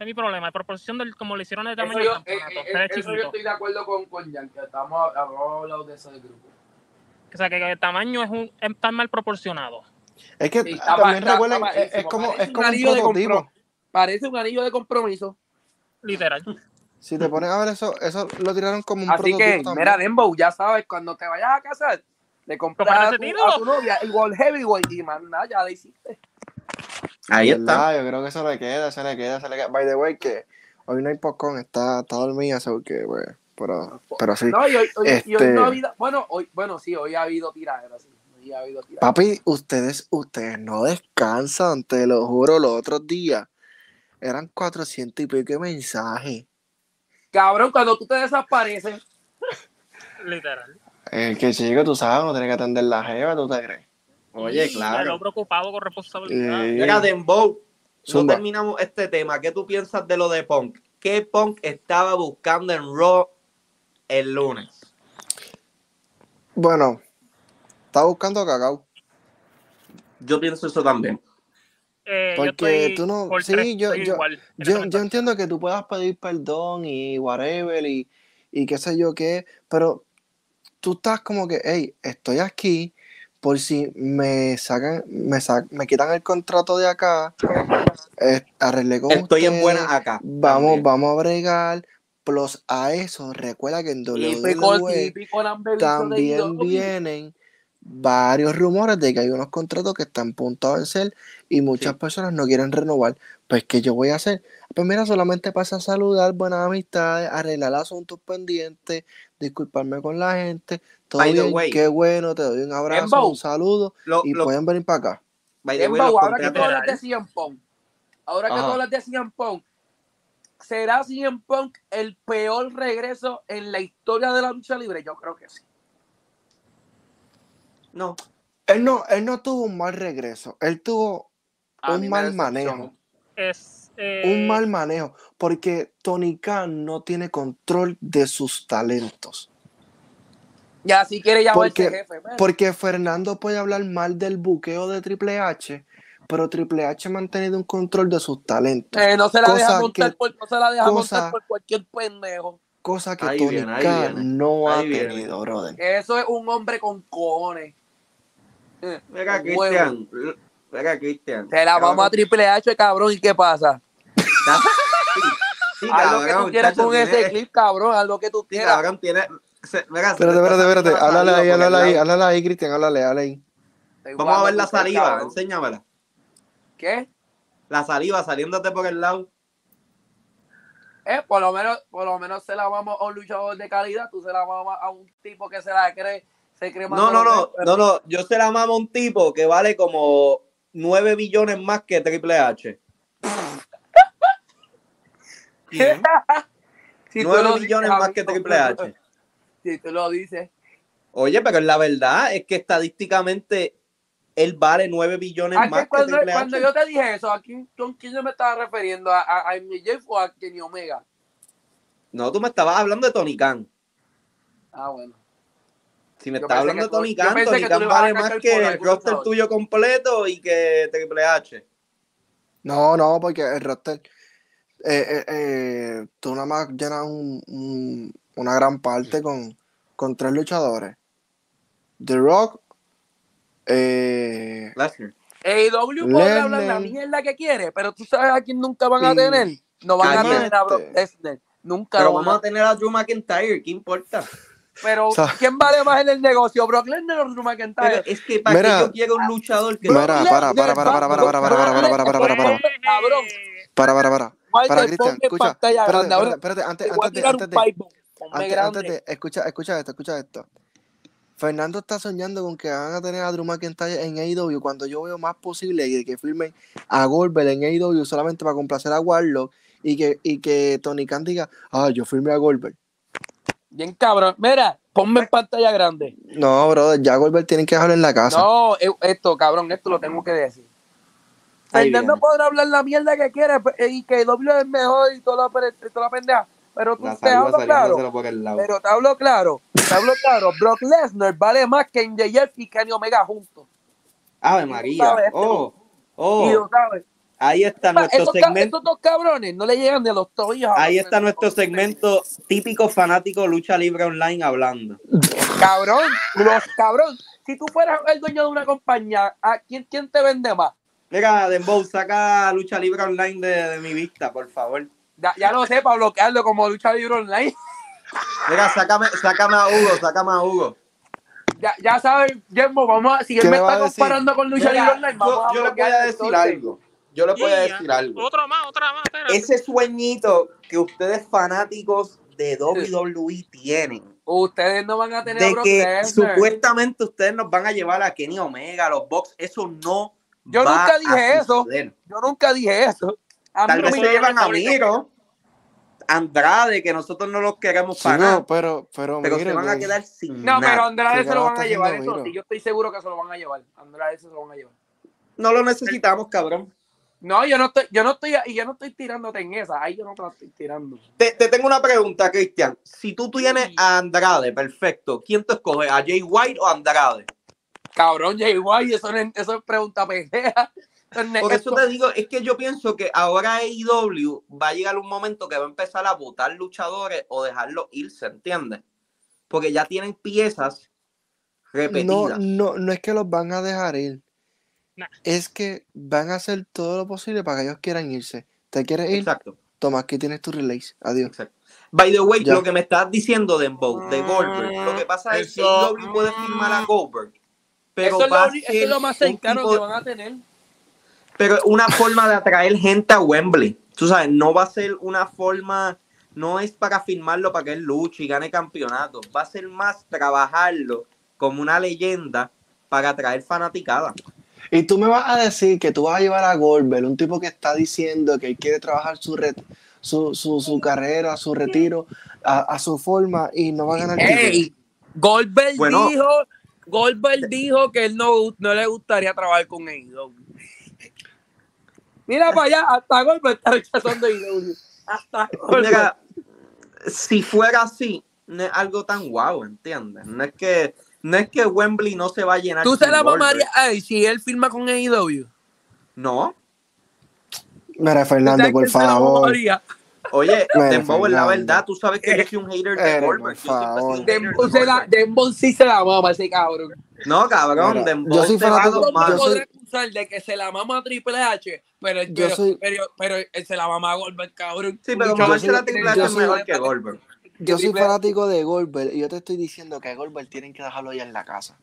H: Es mi problema, la proporción del como le hicieron el tamaño
A: Eso yo,
H: del
A: eh,
H: campeonato.
A: eh,
H: se ve
A: eso yo
H: chiquito.
A: estoy de acuerdo con, con Jan, que estamos hablando de eso del grupo.
H: O sea, que el tamaño es, un, es tan mal proporcionado.
B: Es que
A: Sí, está
B: también
A: pa- está-
B: recuerden, eh,
A: está
B: es,
A: malísimo, parece un
B: es como, es como un
A: anillo de
B: prototipo.
A: compro- Parece un anillo de compromiso.
H: Literal.
B: Si te pones a ver eso, eso lo tiraron como un
A: Así
B: prototipo
A: que,
B: también.
A: mira, Dembow, ya sabes, cuando te vayas a casar, le
H: Comprar
A: compras
H: ese
A: a tu,
H: título.
A: a tu novia el World Heavyweight y más nada, ya le hiciste.
E: Ahí está.
B: ¿Verdad? Yo creo que eso le queda, eso le queda, eso le queda. By the way, que hoy no hay popcorn, está, está dormida, so que, pues, pero, pero sí.
A: No, y hoy, hoy- y hoy
B: Este-
A: no ha habido, bueno, hoy, bueno, sí, hoy ha habido tiraderas, sí, hoy ha habido tiraderas.
B: Papi, ustedes, ustedes no descansan, te lo juro, los otros días eran 400 y pico de mensajes.
A: Cabrón, cuando tú te desapareces,
H: Literal.
B: Es que chico, tú sabes, no tienes que atender la jeva, ¿tú te crees?
E: Oye,
H: Me veo
E: claro.
H: preocupado con responsabilidad.
B: Eh,
E: Mira, Dembow, no
B: Zumba.
E: terminamos este tema. ¿Qué tú piensas de lo de Punk? ¿Qué Punk estaba buscando en Raw el lunes?
B: Bueno, está buscando cacao.
E: Yo pienso eso también.
H: Eh, yo
B: Porque
H: estoy
B: tú no-
H: por
B: sí,
H: tres,
B: yo-
H: estoy
B: yo-
H: igual.
B: Yo,
H: Exactamente.
B: yo entiendo que tú puedas pedir perdón y whatever y, y qué sé yo qué, pero tú estás como que, hey, estoy aquí por si me sacan, me, sa- me quitan el contrato de acá, eh, arreglé con
E: Estoy en
B: ustedes,
E: buena acá.
B: vamos,
E: también.
B: vamos a bregar. Plus a eso, recuerda que en
A: típico,
E: E.
B: WWE
A: típico Lambe bicho de
B: también
A: IW.
B: vienen varios rumores de que hay unos contratos que están puntados en ser y muchas
E: Sí.
B: personas no quieren renovar. Pues, ¿qué yo voy a hacer? Pues mira, solamente pasa a saludar, buenas amistades, arreglar asuntos pendientes, disculparme con la gente, todo
E: By the
B: bien,
E: way.
B: qué bueno, te doy un abrazo,
A: Dembow.
B: un saludo
E: Lo-
B: y
E: lo-
B: pueden venir para acá.
E: by the way,
A: Dembow,
E: los
A: ahora que tú
E: contratos-
A: hablas de CM Punk, ahora que
E: Ajá.
A: tú hablas de CM Punk, ¿Será CM Punk el peor regreso en la historia de la lucha libre? Yo creo que sí.
D: No.
B: Él no, él no tuvo un mal regreso, él tuvo
D: A mí
B: un
D: me
B: mal
D: decepcionó.
B: manejo.
H: Es, eh,
B: Un mal manejo. Porque Tony Khan no tiene control de sus talentos.
A: Ya si quiere llamarse
B: Porque-
A: jefe. bueno.
B: Porque Fernando puede hablar mal del buqueo de Triple H, pero Triple H ha mantenido un control de sus talentos.
A: Eh, no se la deja
B: cosa
A: montar
B: que-
A: por, no se la deja
B: cosa-
A: montar por cualquier pendejo.
B: Cosa que
D: Ahí
B: Tony
D: viene, ahí
B: Khan
D: viene.
B: no ha
D: Ahí viene.
B: tenido, brother.
A: Eso es un hombre con cojones. Eh,
E: Venga,
A: con huevos.
E: Cristian. Venga, Cristian.
A: Se la vamos a Triple H, cabrón, ¿y qué pasa?
E: (laughs) Sí,
A: Haz lo que
E: cabrón,
A: tú quieras
E: chacho,
A: con ese
E: tiene-
A: clip, cabrón, haz lo que tú
E: sí,
A: quieras.
E: cabrón, tiene. se- mira, se
B: Espérate,
E: le está
B: espérate, espérate.
E: saliendo la
B: Háblale ahí,
E: saliva por el
B: háblale ahí,
E: lado.
B: háblale ahí, Cristian, háblale, háblale ahí.
A: Estoy
E: Vamos a ver
A: jugando
E: la
A: con usted,
E: saliva,
A: cabrón.
E: enséñamela.
A: ¿Qué?
E: La saliva saliéndote por el lado.
A: Eh, por lo menos, por lo menos se la vamos a un luchador de calidad, tú se la vamos a un tipo que se la cree, se cree más
E: No, no, no,
A: grande,
E: no, no. Yo se la mamo a un tipo que vale como 9 billones más que Triple H.
F: ¿Quién?
A: Si tú
E: 9
A: lo
E: billones
A: dices,
E: más que
A: amigo,
E: Triple H.
A: Si tú lo dices.
E: Oye, pero la verdad es que estadísticamente él vale 9 billones
A: Aquí
E: más que
A: Ah, cuando,
E: Triple
A: cuando
E: H.
A: yo te dije eso, ¿a quién, con quién yo me estaba refiriendo? ¿A, a, a Amy Jeff o a Kenny Omega?
E: No, tú me estabas hablando de Tony Khan.
A: Ah, bueno.
E: Si me
A: Yo
E: estás
A: pensé
E: hablando
A: que
E: de
A: tú-
E: Tony
A: yo
E: Khan,
A: pensé
E: Tony
A: que tú
E: Khan
A: le ibas a
E: vale
A: sacar
E: más
A: por
E: que el
A: algún
E: roster
A: lado.
E: tuyo completo y que Triple H.
B: No, no, porque el roster. eh, eh, eh, tú nada más llenas un- un- una gran parte con, con tres luchadores: The Rock, eh,
E: Lesnar.
A: AEW podrá hablar la
B: Lennon.
A: mierda que quiere, pero tú sabes a quién nunca van a
B: Y-
A: tener. No van
E: Cállate.
A: a tener a Brock Lesnar. Nunca
E: Pero
A: lo van
E: vamos
A: a
E: a tener a Drew McIntyre, ¿qué importa?
A: Pero,
B: O sea-
A: ¿quién vale más en el negocio? ¿Brock Lesnar o Drew
E: Pero
A: McIntyre?
E: es que para
B: Mira.
E: qué yo quiero un luchador que
B: Mira,
A: Brock
B: para, para,
A: Lesnar,
B: para, para, para, para, para, para, para, para, para, para, para.
H: eh,
A: Cabrón.
B: Para, para, para.
A: Walter
B: Para, Cristian,
A: Bond en
B: escucha.
A: pantalla
B: Espérate,
A: grande. Ahora
B: espérate, espérate, antes,
A: te voy a
B: antes de,
A: tirar un
B: antes de,
A: pipe bomb. Ponme
B: antes,
A: grande.
B: antes de, escucha, escucha esto, escucha esto. Fernando está soñando con que van a tener a Drew McIntyre en AEW cuando yo veo más posible de que firmen a Goldberg en AEW solamente para complacer a Warlock y que, y que Tony Khan diga, ah, yo firmé a Goldberg.
A: Bien cabrón. Mira, ponme en pantalla grande.
B: No, brother, ya Goldberg tienen que dejarlo en la casa.
A: No, eh, esto, cabrón, esto lo tengo que decir.
B: Ahí
A: Fernando
B: viene.
A: podrá hablar la mierda que quiere eh, y que W es mejor y toda la, pere- toda la pendeja. Pero tú
E: La
A: te
E: saliva
A: hablo claro.
E: saliéndosela por el lado.
A: Pero te hablo claro. Te hablo claro. Brock Lesnar vale más que MJF y Kenny Omega juntos.
E: Ave
A: tú
E: María.
A: sabes, este
E: Oh,
A: Y
E: oh.
A: lo sabes.
E: Ahí está
A: Esos
E: nuestro
A: ca-
E: segmento.
A: esos dos cabrones no le llegan de los tobillos. a
E: Ahí
A: los-
E: está nuestro segmento típico fanático lucha libre online hablando.
A: Cabrón, los cabrón. Si tú fueras el dueño de una compañía, ¿a quién, quién te vende más?
E: Mira, Dembow, saca lucha libre online de, de mi vista, por favor.
A: Ya, ya lo sé, para bloquearlo como lucha libre online.
E: Mira, sácame, sácame a Hugo, sácame a Hugo.
A: Ya, ya sabes, Guillermo, vamos a, si él
B: ¿Qué
A: me
B: le va
A: está
B: a decir?
A: comparando con lucha
E: Mira,
A: libre online, vamos
E: yo,
A: a
E: yo les voy
A: bloquearlo,
E: a decir
A: entonces.
E: algo. Yo les voy a
H: y-
E: decir algo.
H: Otra más, otra más, espérate.
E: Ese sueñito que ustedes fanáticos de WWE tienen,
A: Ustedes no van a tener a
E: de
A: Brock
E: que
A: Lesnar.
E: supuestamente ustedes nos van a llevar a Kenny Omega, a los Box, eso no.
A: Yo
E: va
A: nunca
E: a
A: dije eso.
E: suceder.
A: Yo nunca dije eso. A
E: Tal
A: mí no
E: vez
A: me
E: se llevan a
A: ahorita.
E: Miro, Andrade, que nosotros no los queremos
B: Sí,
E: para
B: no,
E: nada,
B: pero, pero,
E: pero se
B: mira,
E: van a
B: que-
E: quedar sin
A: No, pero
E: nada.
A: Andrade
B: ¿Qué
A: se lo van a
B: carajo está
A: llevar,
B: haciendo
A: eso sí,
B: Miro?
A: yo estoy seguro que se lo van a llevar. Andrade se lo van a llevar.
E: No lo necesitamos, cabrón.
A: No, yo no estoy, yo no estoy, y yo no estoy tirándote en esa, ahí yo no te la estoy tirando.
E: Te, te tengo una pregunta, Cristian. Si tú tienes a Andrade, perfecto, ¿quién te escoge? ¿A Jay White o a Andrade?
A: Cabrón, Jay White, eso, no es- eso es pregunta pendeja. Eso no es-
E: Por eso
A: esto-
E: te digo, es que yo pienso que ahora AEW va a llegar un momento que va a empezar a votar luchadores o dejarlos irse, ¿entiendes? Porque ya tienen piezas
B: No,
E: repetidas.
B: no, no es que los van a dejar ir.
H: Nah.
B: Es que van a hacer todo lo posible para que ellos quieran irse. ¿Te quieres ir?
E: Exacto,
B: Toma, aquí tienes tu release. Adiós.
E: exacto. By the way,
B: Ya.
E: lo que me estás diciendo de Dembow, de Goldberg, lo que pasa es que
F: Eso-
E: AEW puede firmar a Goldberg, pero
A: eso es,
E: va
A: lo,
E: a
A: uni- eso
E: ser
A: es lo más
E: un
A: cercano
E: tipo-
A: que van a tener.
E: pero es una forma de atraer gente a Wembley. Tú sabes, no va a ser una forma, no es para firmarlo para que él luche y gane campeonato. Va a ser más trabajarlo como una leyenda para atraer fanaticada.
B: Y tú me vas a decir que tú vas a llevar a Goldberg, un tipo que está diciendo que él quiere trabajar su red, su, su, su carrera, su retiro, a, a su forma y no va a ganar. título.
A: Ey, Goldberg
E: Bueno.
A: dijo, Goldberg dijo que él no, no le gustaría trabajar con AEW. Mira para allá, hasta Goldberg está rechazando AEW. Hasta Goldberg.
E: Mira, si fuera así, no es algo tan guau, ¿entiendes? No es que, no es que Wembley no se va a llenar.
A: Tú se
E: con
A: la
E: Goldberg.
A: mamarías, ay, si él firma con E AEW.
E: No.
B: Mira, Fernando,
A: ¿Sabes
B: por
A: quién se la
B: favor.
A: mamaría?
B: (laughs)
E: Oye,
B: Mira,
E: Dembow es la
B: Fernando.
E: verdad. Tú sabes que yo soy un hater
B: Eh,
E: de
B: por
E: Goldberg. Yo siempre soy un hater de
A: Dembo se la-
E: Goldberg.
A: Dembo sí se la mama ese cabrón.
E: No, cabrón,
B: Mira,
E: Dembow
B: yo soy
E: se va a
B: fanático-
A: Todo
E: los
A: el mundo
B: yo
E: malos.
B: soy-
A: podrá acusar de que se la mama a Triple H, pero,
B: Yo
A: pero,
B: soy-
A: pero, pero él se la mama a Goldberg, cabrón.
E: Sí, pero
B: Yo
E: mamarse
B: soy-
E: la Triple H
B: yo
E: es
B: soy-
E: mejor que Goldberg.
B: Yo soy
A: Triple-
B: fanático de Goldberg y yo te estoy diciendo que a Goldberg tienen que dejarlo ya en la casa.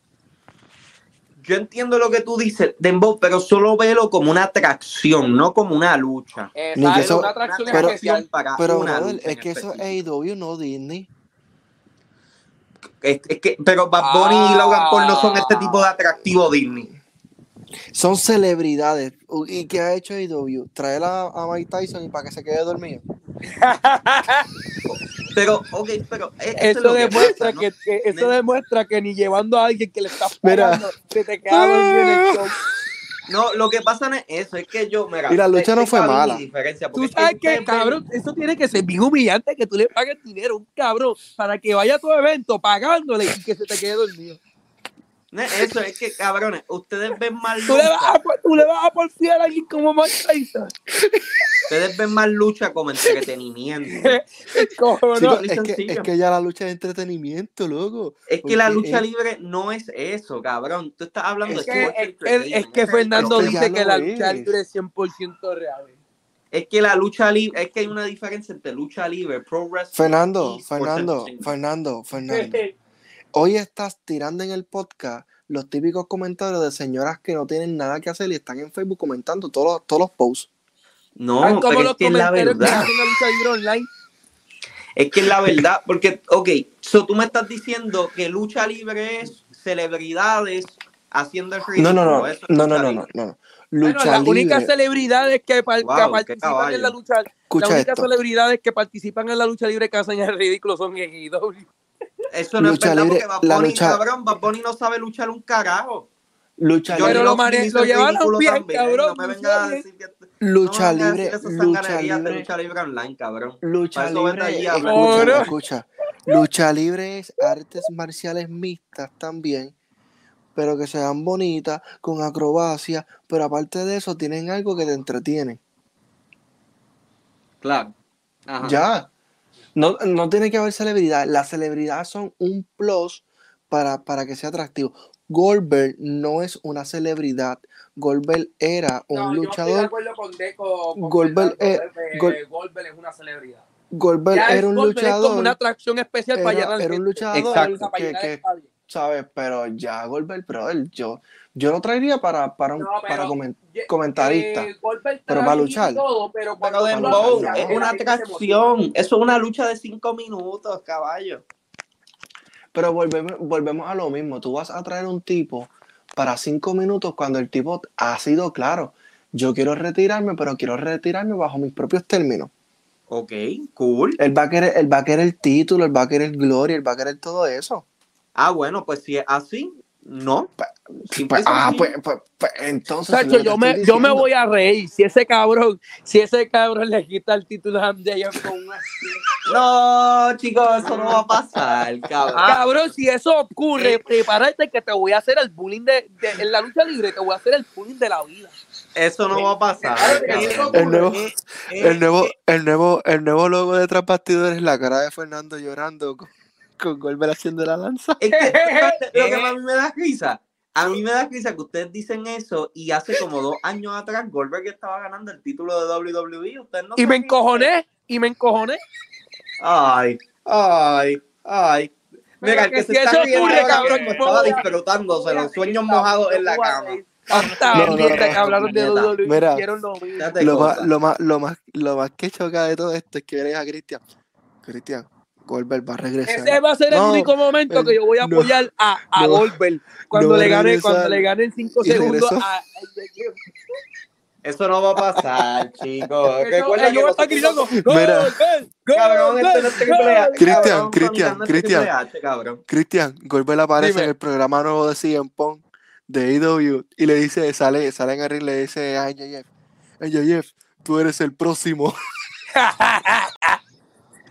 E: Yo entiendo lo que tú dices, Dembow, pero solo velo como una atracción, no como una lucha.
A: Exacto,
B: Ni que eso-
A: una atracción
B: pero-
A: especial.
E: para
B: Pero,
E: Ah, una
B: brother,
E: lucha
B: es
E: en
B: que eso es
E: específico.
B: AEW, no Disney.
E: Es- es que- pero Bad Bunny y Logan Paul no son este tipo de
B: Ah.
E: atractivo Disney.
B: Son celebridades. U- ¿Y qué ha hecho AEW? Traer a, a Mike Tyson y para que se quede dormido.
E: Pero, ok, pero e- eso, es
A: Eso
E: lo que
A: demuestra
E: pasa,
A: que,
E: ¿no?
A: que- eso
E: Nena.
A: demuestra que ni llevando a alguien que le está
B: Mira.
A: pagando se te queda dormido en el
B: (laughs)
A: show.
E: No, lo que pasa no es eso, es que yo, mira,
B: Y la lucha no
E: explico
B: fue
E: a mí mi
B: mala.
E: diferencia, porque
A: Tú
E: es que
A: sabes que,
E: ustedes ven-
A: cabrón, eso tiene que ser bien humillante que tú le pagues dinero a un cabrón para que vaya a tu evento pagándole y que se te quede dormido.
E: no es eso es que, cabrones, ustedes ven mal
A: (laughs) Tú le
E: lucha,
A: vas a, tú le vas a porfiar a alguien como Mike Tyson.
E: ustedes ven más
A: (laughs)
E: lucha como entretenimiento.
A: Cojones.
B: Sí,
E: no,
B: pero
E: ni
B: es, que,
E: sencillo.
B: es que ya la lucha de entretenimiento, loco.
E: Es que la
B: Porque
E: lucha
B: es-
E: libre no es eso, cabrón. Tú estás hablando
A: Es
E: de
A: que,
E: sports
A: es que-
E: entertainment,
A: es que
E: ese es el
A: Fernando
B: Esto
E: problema.
B: ya
A: dice que
B: lo
A: la
B: es.
A: lucha libre es 100% real.
E: Es que la lucha libre, es que hay una diferencia entre lucha libre, pro wrestling.
B: Fernando,
E: y sports
B: Fernando,
E: entertainment. (laughs)
B: Fernando, Fernando.
A: (laughs)
B: Hoy estás tirando en el podcast los típicos comentarios de señoras que no tienen nada que hacer y están en Facebook comentando todos los, todos los posts.
A: Tan
E: No,
A: como
E: pero es
A: los
E: que es la
A: comentarios que
E: verdad.
A: hacen la lucha libre online. (laughs)
E: Es que es la verdad, porque, ok, so tú me estás diciendo que lucha libre es celebridades haciendo el
B: No, no,
E: ridículo,
B: no,
E: eso es
B: no, no,
E: lucha
B: no, no,
E: libre.
B: no.
A: Bueno,
B: Lucha
A: las únicas
B: libre.
A: celebridades que, par- que
E: Guau, qué
A: participan
E: caballo.
A: en la lucha, las
B: Escucha
A: únicas
B: esto.
A: celebridades que participan en la lucha libre que hacen el ridículo son (laughs) AEW.
E: Eso no
B: Lucha
E: es verdad
B: libre,
E: porque
B: la
E: Bad Bunny,
B: lucha-
E: cabrón, Bad Bunny no sabe luchar un carajo.
B: Lucha
E: Yo
A: Pero
B: libre.
A: lo
E: no
A: mane-
E: hice
A: lo
E: el
A: llevaron
E: ridículo
A: bien, cabrón, lució
E: No me vengas a
A: bien.
E: decir que
B: Lucha
E: no, no,
B: libre,
E: esas
B: lucha
E: sanganerías de
B: libre,
E: lucha libre online, cabrón. Para
B: lucha
E: eso vete
B: libre,
E: allí a hablar.
B: escucha,
A: Ahora.
B: escucha. Lucha libre es artes marciales mixtas también, pero que sean bonitas, con acrobacia, pero aparte de eso tienen algo que te entretiene.
E: Claro. Ajá.
B: Ya. No, no tiene que haber celebridad. Las celebridades son un plus para, para que sea atractivo. Goldberg no es una celebridad. Goldberg era un
A: No, yo estoy de
B: luchador.
A: acuerdo con Deco. con
B: Goldberg,
A: Fernando,
B: eh,
A: de-
B: Gol-
A: Goldberg es una celebridad.
B: Goldberg
A: Ya
B: era
A: es
B: un
A: Goldberg es
B: luchador.
A: como una atracción especial para
B: era,
A: llenar
B: era un
A: gente.
B: luchador
E: Exacto.
A: Para
B: que,
A: llenar
B: que,
A: estadios.
B: sabes, pero ya Goldberg, brother, yo, yo lo traería para, para, un,
A: No, pero-
B: para comen-
A: Ye-
B: comentarista.
A: eh, Goldberg
B: pero
A: trae
B: va a luchar.
A: y todo, pero cuando
E: Pero
A: tú lo
E: Dembow
A: hacías,
E: es
A: la
E: una
A: gente se emociona.
E: atracción. Eso es una lucha de cinco minutos, caballo.
B: Pero volvemos, volvemos a lo mismo. Tú vas a traer un tipo para cinco minutos cuando el tipo ha sido claro. Yo quiero retirarme, pero quiero retirarme bajo mis propios términos.
E: Ok, cool.
B: Él va a querer, él va a querer el título, él va a querer gloria, él va a querer todo eso.
E: Ah, bueno, pues si es así, no. Simple
B: Pues,
E: y
B: ah,
E: sencillo.
B: pues, pues, pues, entonces.
A: Sacho, yo me, yo me voy a reír si ese cabrón, si ese cabrón le quita el título a Andrea con una...
E: No, chicos, eso no va a pasar, cabrón.
A: Cabrón, si eso ocurre, prepárate que te voy a hacer el bullying de, de- en la lucha libre, te voy a hacer el bullying de la vida.
E: Eso no va a pasar, cabrón.
B: El nuevo,
F: Eh, eh,
B: el nuevo, el nuevo, el nuevo logo de Tras Bastidores, la cara de Fernando llorando con, con Goldberg haciendo la lanza.
E: Es que
A: (laughs)
E: esto es lo que a mí me da risa. A mí me da risa que ustedes dicen eso y hace como dos años atrás Goldberg estaba ganando el título de WWE. Ustedes no
A: Y
E: se
A: me
E: ríen.
A: encojoné, y me encojoné.
E: Ay, ay, ay.
A: Mira
E: Mira, el
A: que
E: que se
A: si
E: está
A: eso
E: riendo
A: ocurre,
E: ahora
A: cabrón,
E: mismo
A: yo voy
E: estaba
A: a-
E: disfrutándose los sueños
A: Cabrón,
E: mojados en
A: yo
E: la
A: voy a
E: cama.
A: reír. Tanta
B: No, no,
A: mierda
B: no,
A: que
B: no,
A: hablaron de
E: puñeta.
A: WWE,
B: Mira.
A: hicieron lo mismo.
E: Date
B: lo más,
E: cosa.
B: lo más, lo más, lo más que choca de todo esto es que vienes a Cristian. Cristian, Goldberg va a regresar.
A: Ese va a ser el
B: No,
A: único momento que yo voy a
B: no,
A: apoyar a, a
B: no,
A: Goldberg cuando
B: no va
A: le
B: a
A: gane
B: regresar.
A: cuando le ganen 5
B: Y
A: segundos
B: regresó.
A: a,
E: Eso no va a pasar, chicos. Recuerda
A: yo voy a estar
E: nosotros-
A: gritando. ¡Gol,
B: Mira.
A: gol, gol,
E: Cabrón,
A: gol,
E: esto no es triple A.
A: gol!
B: Cristian,
E: Cabrón,
B: Cristian,
E: no es triple
B: Cristian.
E: H, cabrón.
B: Cristian, Goldberg aparece
A: Dime.
B: en el programa nuevo de CM Punk de AEW y le dice, sale, sale en el ring y le dice a NJF, NJF, tú eres el próximo. (laughs)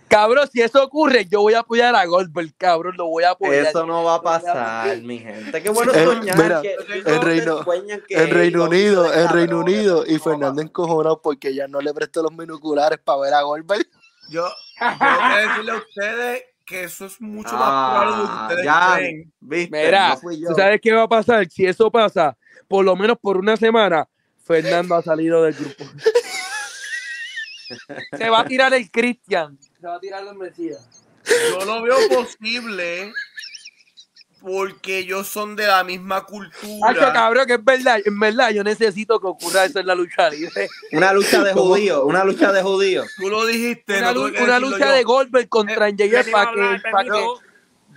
A: Cabrón, si eso ocurre, yo voy a apoyar a Goldberg, cabrón, lo voy a apoyar.
E: Eso no va a pasar, mi gente. Qué bueno
B: En-
E: soñar.
B: mira,
E: que-
F: en
E: todos
B: Reino-
E: sueñan que-
B: En Reino Unido, en Reino
E: Cabrón,
B: Unido.
E: eso
B: Y
E: no va a
B: Fernando encojonado porque ya no le prestó los minoculares para ver a Goldberg.
F: (laughs) Yo, yo tengo que decirle a ustedes que eso es mucho más probable de lo que
E: Ah,
F: ustedes
E: ya.
F: creen.
E: Viste,
A: Mira,
E: no fui yo.
A: ¿Tú sabes qué va a pasar? Si eso pasa, por lo menos por una semana, Fernando ha salido del
E: (laughs)
A: grupo. Se va a tirar el Cristian. Se va a tirar el Mesías.
F: Yo lo veo posible porque ellos son de la misma
A: Hacho,
F: cultura.
A: cabrón, que es verdad. En verdad, yo necesito que ocurra eso en la lucha libre.
E: Una lucha de judío, una lucha de judío.
F: Tú lo dijiste.
A: Una,
F: no tuve
A: lu-
F: que
A: una
F: decirlo
A: lucha
F: yo.
A: de Goldberg contra
F: Eh,
H: Yo
A: NJF
H: te iba a
A: para
H: hablar,
A: que, pa' que-
H: permiso.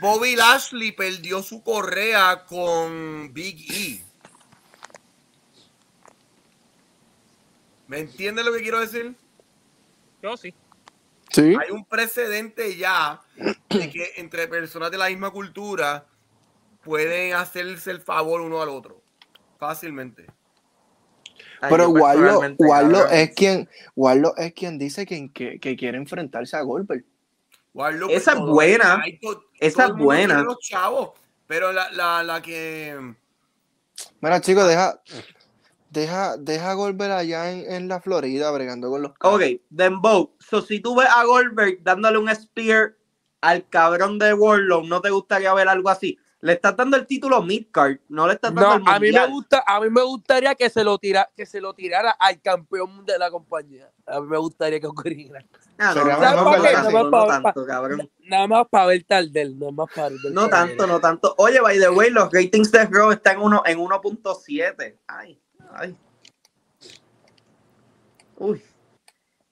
F: Bobby Lashley perdió su correa con Big E. ¿Me entiendes lo que quiero decir?
H: Yo sí.
B: Sí.
F: Hay un precedente ya de que entre personas de la misma cultura pueden hacerse el favor uno al otro fácilmente.
E: Ay,
B: Pero
E: yo
B: Warlock
E: personalmente,
B: Warlock
E: cabrón.
B: es quien, Warlock es quien dice que, que, que quiere enfrentarse a Goldberg.
F: Guardo
E: Esa es
F: todo.
E: buena.
F: Ay, to-
E: Esa
F: todo el
E: es
F: mundo quiere
E: buena.
F: los chavos, pero la, la, la que
B: Mira, chicos, deja, deja, deja a Goldberg allá en, en la Florida bregando con los carros.
E: Ok, Dembow. So, si tú ves a Goldberg dándole un spear al cabrón de Warlock, ¿no te gustaría ver algo así? Le estás dando el título Midcard, no le estás dando
A: No,
E: el
A: a mí me
E: mundial.
A: gusta, a mí me gustaría que se lo tira, que se lo tirara al campeón de la compañía. A mí me gustaría que ocurriera.
E: Ah, no,
B: Sería
E: no,
B: mejor
E: no,
B: para
E: no
B: que-
E: tanto,
A: para-
E: no
A: para-
E: tanto, cabrón.
A: Nada más para ver Tardel, nada más para ver del
E: No
A: Tardel.
E: tanto, no tanto. Oye, by the way, los ratings de Raw están en uno- en 1.7. Ay, ay. Uy.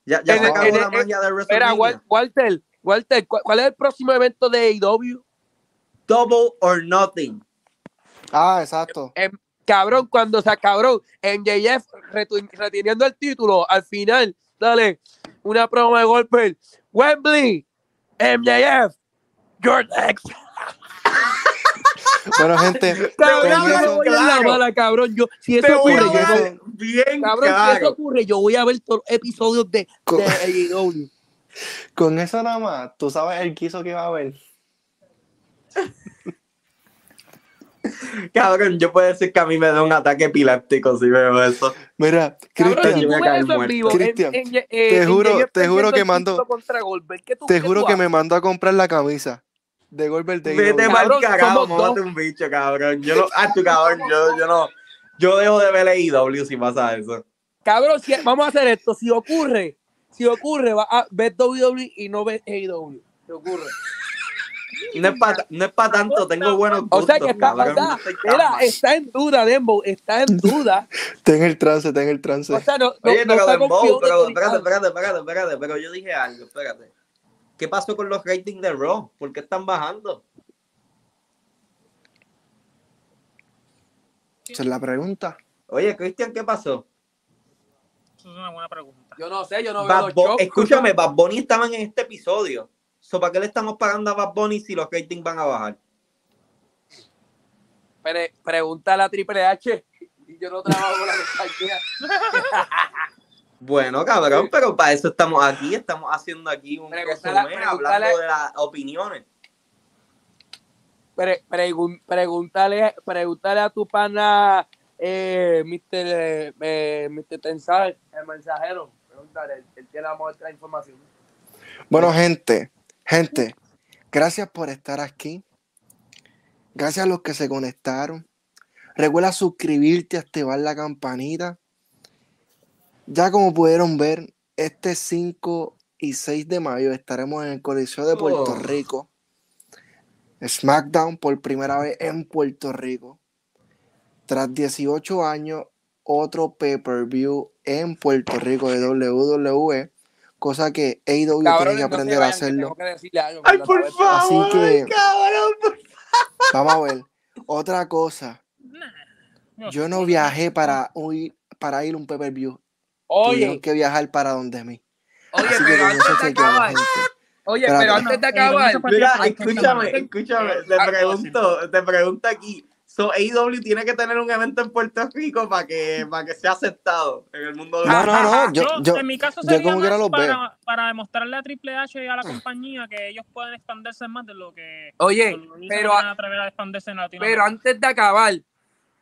E: Ya, ya
A: En
E: se
A: el-
E: acabó
A: en el-
E: la magia de
A: Espera,
E: WrestleMania.
A: Wal- Walter, Walter, ¿cu- ¿cuál es el próximo evento de AEW?
E: Double or nothing.
B: Ah, exacto.
A: Cabrón, cuando se cabrón, MJF retu- reteniendo el título, al final, dale, una promo de golpe. Wembley, MJF, your ex.
B: Bueno, gente,
A: Cabrón,
B: Te voy a
A: yo voy a la
E: claro.
A: mala, cabrón. Yo, si
E: Te
A: eso
E: voy
A: ocurre, yo
E: a dar
A: voy-
E: bien
A: cabrón, si eso
E: claro.
A: ocurre, yo voy a ver todos los episodios de,
B: Co-
A: de E
B: (laughs)
A: AEW.
B: con eso nada más, tú sabes el quiso que va a haber.
E: Cabrón, yo puedo decir que a mí me da un ataque epiléptico si veo eso.
B: Mira,
A: Cabrón,
B: Cristian,
A: si tú
E: yo voy a
A: ves
E: caer
A: eso en
E: muerto.
A: vivo,
B: Cristian,
A: en- en- eh,
B: juro-
A: MJF
B: te juro
A: perdiendo
B: que
A: el
B: mando-
A: título contra Goldberg, ¿qué tú-
B: te
A: qué
B: juro
A: tú
B: que
A: haces?
B: me mando a comprar la camisa de Goldberg de
E: Vete
B: AEW.
E: mal
A: Cabrón,
E: cagado,
A: somos
E: móvate
A: dos.
E: un bicho, cabrón. Yo no, ah, tú, cabrón, yo, yo no. Yo dejo de ver AEW si pasa eso.
A: Cabrón, si- vamos a hacer esto. Si ocurre, si ocurre, va a ver WWE y no ver AEW. Si ocurre.
E: No es para no es pa tanto, tengo buenos
A: O
E: gustos,
A: sea que está,
E: cabrón.
A: está,
E: No estoy tan
A: mira,
E: mal.
A: está en duda, Dembo, está en
E: (laughs)
A: duda.
B: Ten el trance, ten el trance.
A: O sea, no, no,
E: Oye,
A: no
E: pero
A: está
E: Dembow,
A: confiado de
E: pero
A: Tony
E: espérate,
A: Khan.
E: espérate, espérate, espérate, pero yo dije algo, espérate. ¿Qué pasó con los ratings de Raw? ¿Por qué están bajando?
B: Esa es la pregunta.
E: Oye, Cristian, ¿qué pasó?
H: Eso es una buena pregunta.
A: Yo no sé, yo no veo
E: Bad
A: los
E: Bu-
A: shows.
E: Escúchame, Bad Bunny estaban en este episodio. So, ¿Para qué le estamos pagando a Bad Bunny si los ratings van a bajar?
A: Pre- pregúntale a Triple H. Y yo no trabajo con la compañía.
E: Bueno, cabrón, pero para eso estamos aquí, estamos haciendo aquí un
A: Pregúntale-
E: resumen,
A: pregúntale-
E: hablando de las opiniones.
A: Pre- pregun- pregúntale, pregúntale a tu pana, eh, Mr. eh, eh, Mr. Tensai, el mensajero. Pregúntale, él- él tiene la muestra de información.
B: Bueno, gente, gente, gracias por estar aquí. Gracias a los que se conectaron. Recuerda suscribirte, activar la campanita. Ya como pudieron ver, este 5 y 6 de mayo estaremos en el Coliseo de Puerto
E: Oh.
B: Rico. SmackDown por primera vez en Puerto Rico. Tras 18 años, otro pay-per-view en Puerto Rico de WWE. Cosa que AEW tiene que
A: no se
B: aprender
A: vayan,
B: a
A: que
B: hacerlo.
A: tengo que decirle algo,
E: Ay,
A: ¿verdad?
E: por
A: Sabes,
B: Así
E: favor,
B: que-
E: cabrón. por-
B: Vamos a ver. Otra cosa. Yo no viajé para, huir- para ir a un pay-per-view. Tuvieron
A: Oye,
B: que viajar para donde mí.
A: oye,
B: Así que
A: pero
B: con eso
A: antes de
B: se queda,
A: acabar,
B: gente.
A: oye,
B: Espérate.
A: pero
H: Eh,
A: antes de acabar,
E: Mira,
H: Ay,
E: escúchame,
H: qué
E: (laughs) escúchame,
A: Eh,
E: te
A: ah,
E: pregunto, te pregunto aquí. So, AEW tiene que tener un evento en Puerto Rico para que, para que sea aceptado en el
A: ah,
E: mundo de
B: No, no, no. Yo, yo,
H: en mi caso
B: yo
H: sería
B: como quiera
H: más
B: los
H: para, para demostrarle a Triple H y a la compañía que ellos pueden expandirse más de lo que
A: oye,
H: lo que se
A: pero,
H: van
A: a-
H: a atrever a expandirse en
A: pero
H: Latinoamérica.
A: antes de acabar,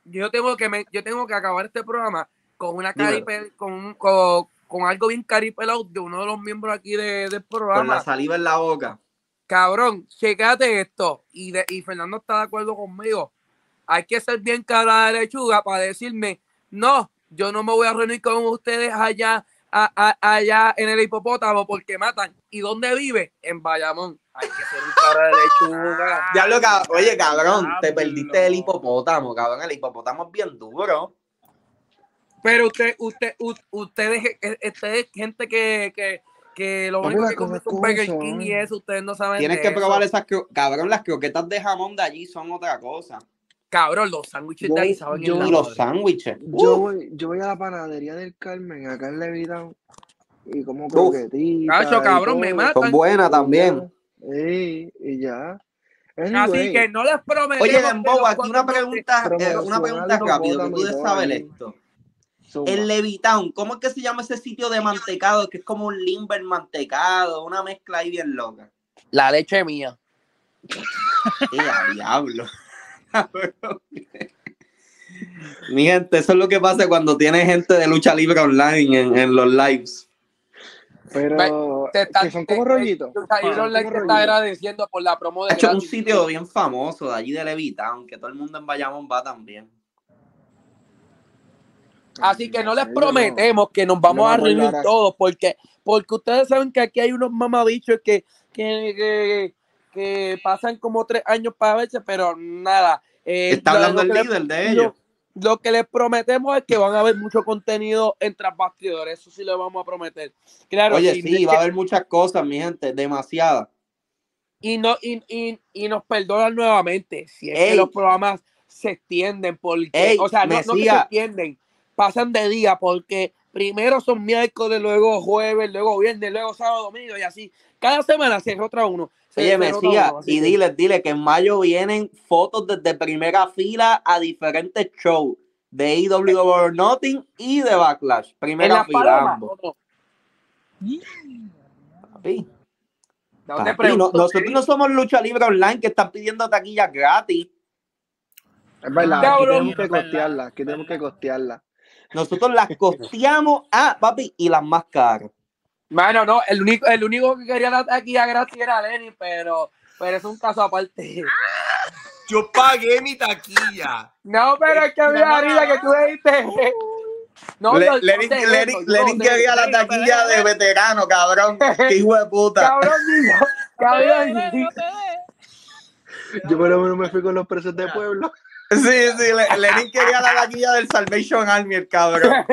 A: yo tengo que me- yo tengo que acabar este programa con una
E: Dímelo.
A: caripe- con, un- con, con algo bien caripelado de uno de los miembros aquí de- del
E: con
A: programa.
E: la saliva en la boca.
A: cabrón, checate esto. Y, de- y Fernando está de acuerdo conmigo. Hay que ser bien cara de lechuga para decirme, no, yo no me voy a reunir con ustedes allá, a- a- allá en el hipopótamo porque matan. ¿Y dónde vive? En Bayamón. Hay que ser un cara de
E: (laughs)
A: lechuga.
E: Diablo, cab- oye, cabrón, te
H: diablo.
E: perdiste el hipopótamo, cabrón. El hipopótamo es bien duro.
A: Pero usted, usted, u- ustedes, eh, ustedes, gente que, que, que lo
B: Papi,
A: único
B: la
A: que
B: cosa
A: come
B: es
A: es un
B: como
A: Burger
B: son.
A: King y eso, ustedes no saben
E: eh. Tienes
A: de
E: que
A: eso.
E: probar esas, cro- cabrón, las croquetas de jamón de allí son otra cosa.
A: Cabrón, los sándwiches de ahí
B: Yo-
A: saben en
B: yo-
A: la
E: Y los
A: madre.
E: sándwiches.
B: Yo
E: Uh,
B: voy, yo voy a la panadería del Carmen, acá en Levittown, y como
E: Uf.
A: Cacho,
B: croquetitas y
A: cabrón, me
B: todo,
E: son
A: matan.
E: buenas
B: y
E: también.
B: ya, sí, y ya.
A: Así que
B: Anyway,
A: no les
E: Oye,
A: prometemos que
E: Dembow,
A: los
E: aquí
A: cuatro
E: una
A: entonces.
E: pregunta, eh, una
B: promocionar
E: pregunta rápido, que
B: hipopótamo
E: tú
B: y
E: debes
B: todo
E: saber
B: allí,
E: esto. El
B: zumba.
E: Levitown, ¿cómo es que se llama ese sitio de mantecado? Que es como un limber mantecado, una mezcla ahí bien loca.
A: La leche mía. (laughs)
E: ¡Eh, a diablo! (laughs) Mi gente, eso es lo que pasa cuando tiene gente de lucha libre online en, en los lives.
B: Pero,
A: Te están,
B: que son
A: te,
B: como rollitos,
A: te- te-
B: que son
A: Iron
B: como
A: Light te está
B: rollitos.
A: agradeciendo por la promo
E: Ha
A: de
E: hecho un
A: gratis.
E: sitio bien famoso de allí de Levitown, que todo el mundo en Bayamón va también.
A: Así que
B: En
A: no les
B: serio, no,
A: prometemos que nos
B: no
A: vamos
B: me
A: a
B: acuerdo
A: reunir
B: ahora.
A: todos, porque, porque ustedes saben que aquí hay unos mamabichos que, que, que, que pasan como tres años para verse, pero nada. Eh,
E: Está
A: lo, lo
E: hablando el
A: que les,
E: líder de ellos.
A: lo, lo que les prometemos es que van a haber mucho contenido en tras bastidores. Eso sí le vamos a prometer. Claro,
E: Oye,
A: y no es
E: sí, va
A: que-
E: a haber muchas cosas, mi gente, demasiadas.
A: y no y, y- y nos perdonan nuevamente si es que
E: Ey.
A: los programas se extienden porque
E: Ey,
A: o sea no, no que se
E: Mesías,
A: extienden pasan de día porque primero son miércoles luego jueves luego viernes luego sábado domingo y así cada semana se rota uno se,
E: Oye,
A: se rota
E: Mesías,
A: uno así
E: y
A: que
E: dile, dile que en mayo vienen fotos desde primera fila a diferentes shows de IW Over Nothing y de Backlash.
A: en
E: Primera
A: las
E: fila
A: palomas
E: ambos.
A: ¿o no?
E: Papi,
A: no te
E: papi, no-
A: pregunto
E: nosotros no
A: Terry.
E: somos lucha libre online que están pidiendo taquillas gratis.
B: Es verdad, aquí
A: cabrón
B: tenemos que costearla, aquí tenemos que costearla.
E: Nosotros las costeamos, ah, papi, y las más caras.
A: mano no el único el único que quería la taquilla gratis era Lenny pero pero es un caso aparte
F: Yo pagué mi taquilla.
A: no pero es que mira arriba que tú (laughs) dijiste No, yo,
E: Le-
A: yo
E: Lenin
A: de
E: Lenin-
A: eso, yo
E: Lenin
A: de
E: quería la
A: eso.
E: taquilla de
A: (laughs)
E: veterano, cabrón. Qué hijo de puta.
A: Cabrón, digo, cabrón, (laughs) digo.
B: Yo por lo menos me fui con los presos de pueblo.
E: Sí, sí, Le- Lenin quería la taquilla del Salvation Army, el cabrón.
A: (laughs)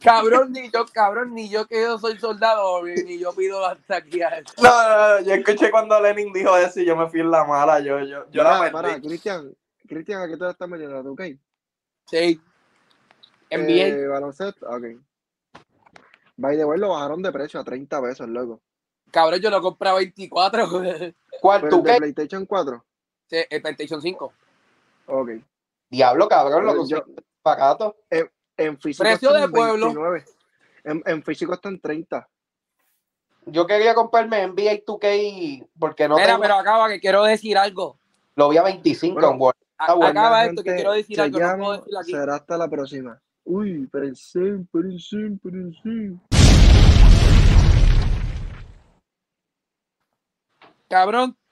A: Cabrón, ni yo, cabrón, ni yo que yo soy soldado, ni yo pido las taquillas.
E: No, no, no, yo escuché cuando Lenin dijo eso y yo me fui en la mala, yo, yo, yo la
B: Para,
E: perdí.
B: para, Cristian, Cristian, ¿a qué te la estás metiendo? ¿A tu gay?
A: Sí, en bien.
B: Eh, baloncesto, ok. By the way, lo bajaron de precio a 30 pesos, loco.
A: Cabrón, yo lo compré a 24.
E: ¿Cuál
B: Pero
E: tú
B: el de
E: qué?
B: PlayStation 4,
A: (laughs) Sí, el PlayStation 5.
B: ok.
E: Diablo, cabrón, lo
B: Pero yo,
E: conseguiste barato.
B: en, en físico
A: Precio
B: están
A: de
B: en
A: pueblo.
B: 29, en, en físico están 30.
E: Yo quería comprarme NBA 2K porque no
A: Mira,
E: tengo.
A: pero acaba que quiero decir algo.
E: Lo vi a 25 en
B: Bueno,
E: Word. Está
A: A-
E: Ah, bueno.
B: Buena
A: acaba esto que quiero
B: gente,
A: decir algo, no puedo
B: chequeamos,
A: decir aquí.
B: será hasta la próxima. Uy, presen, presen, presen.
A: Cabrón,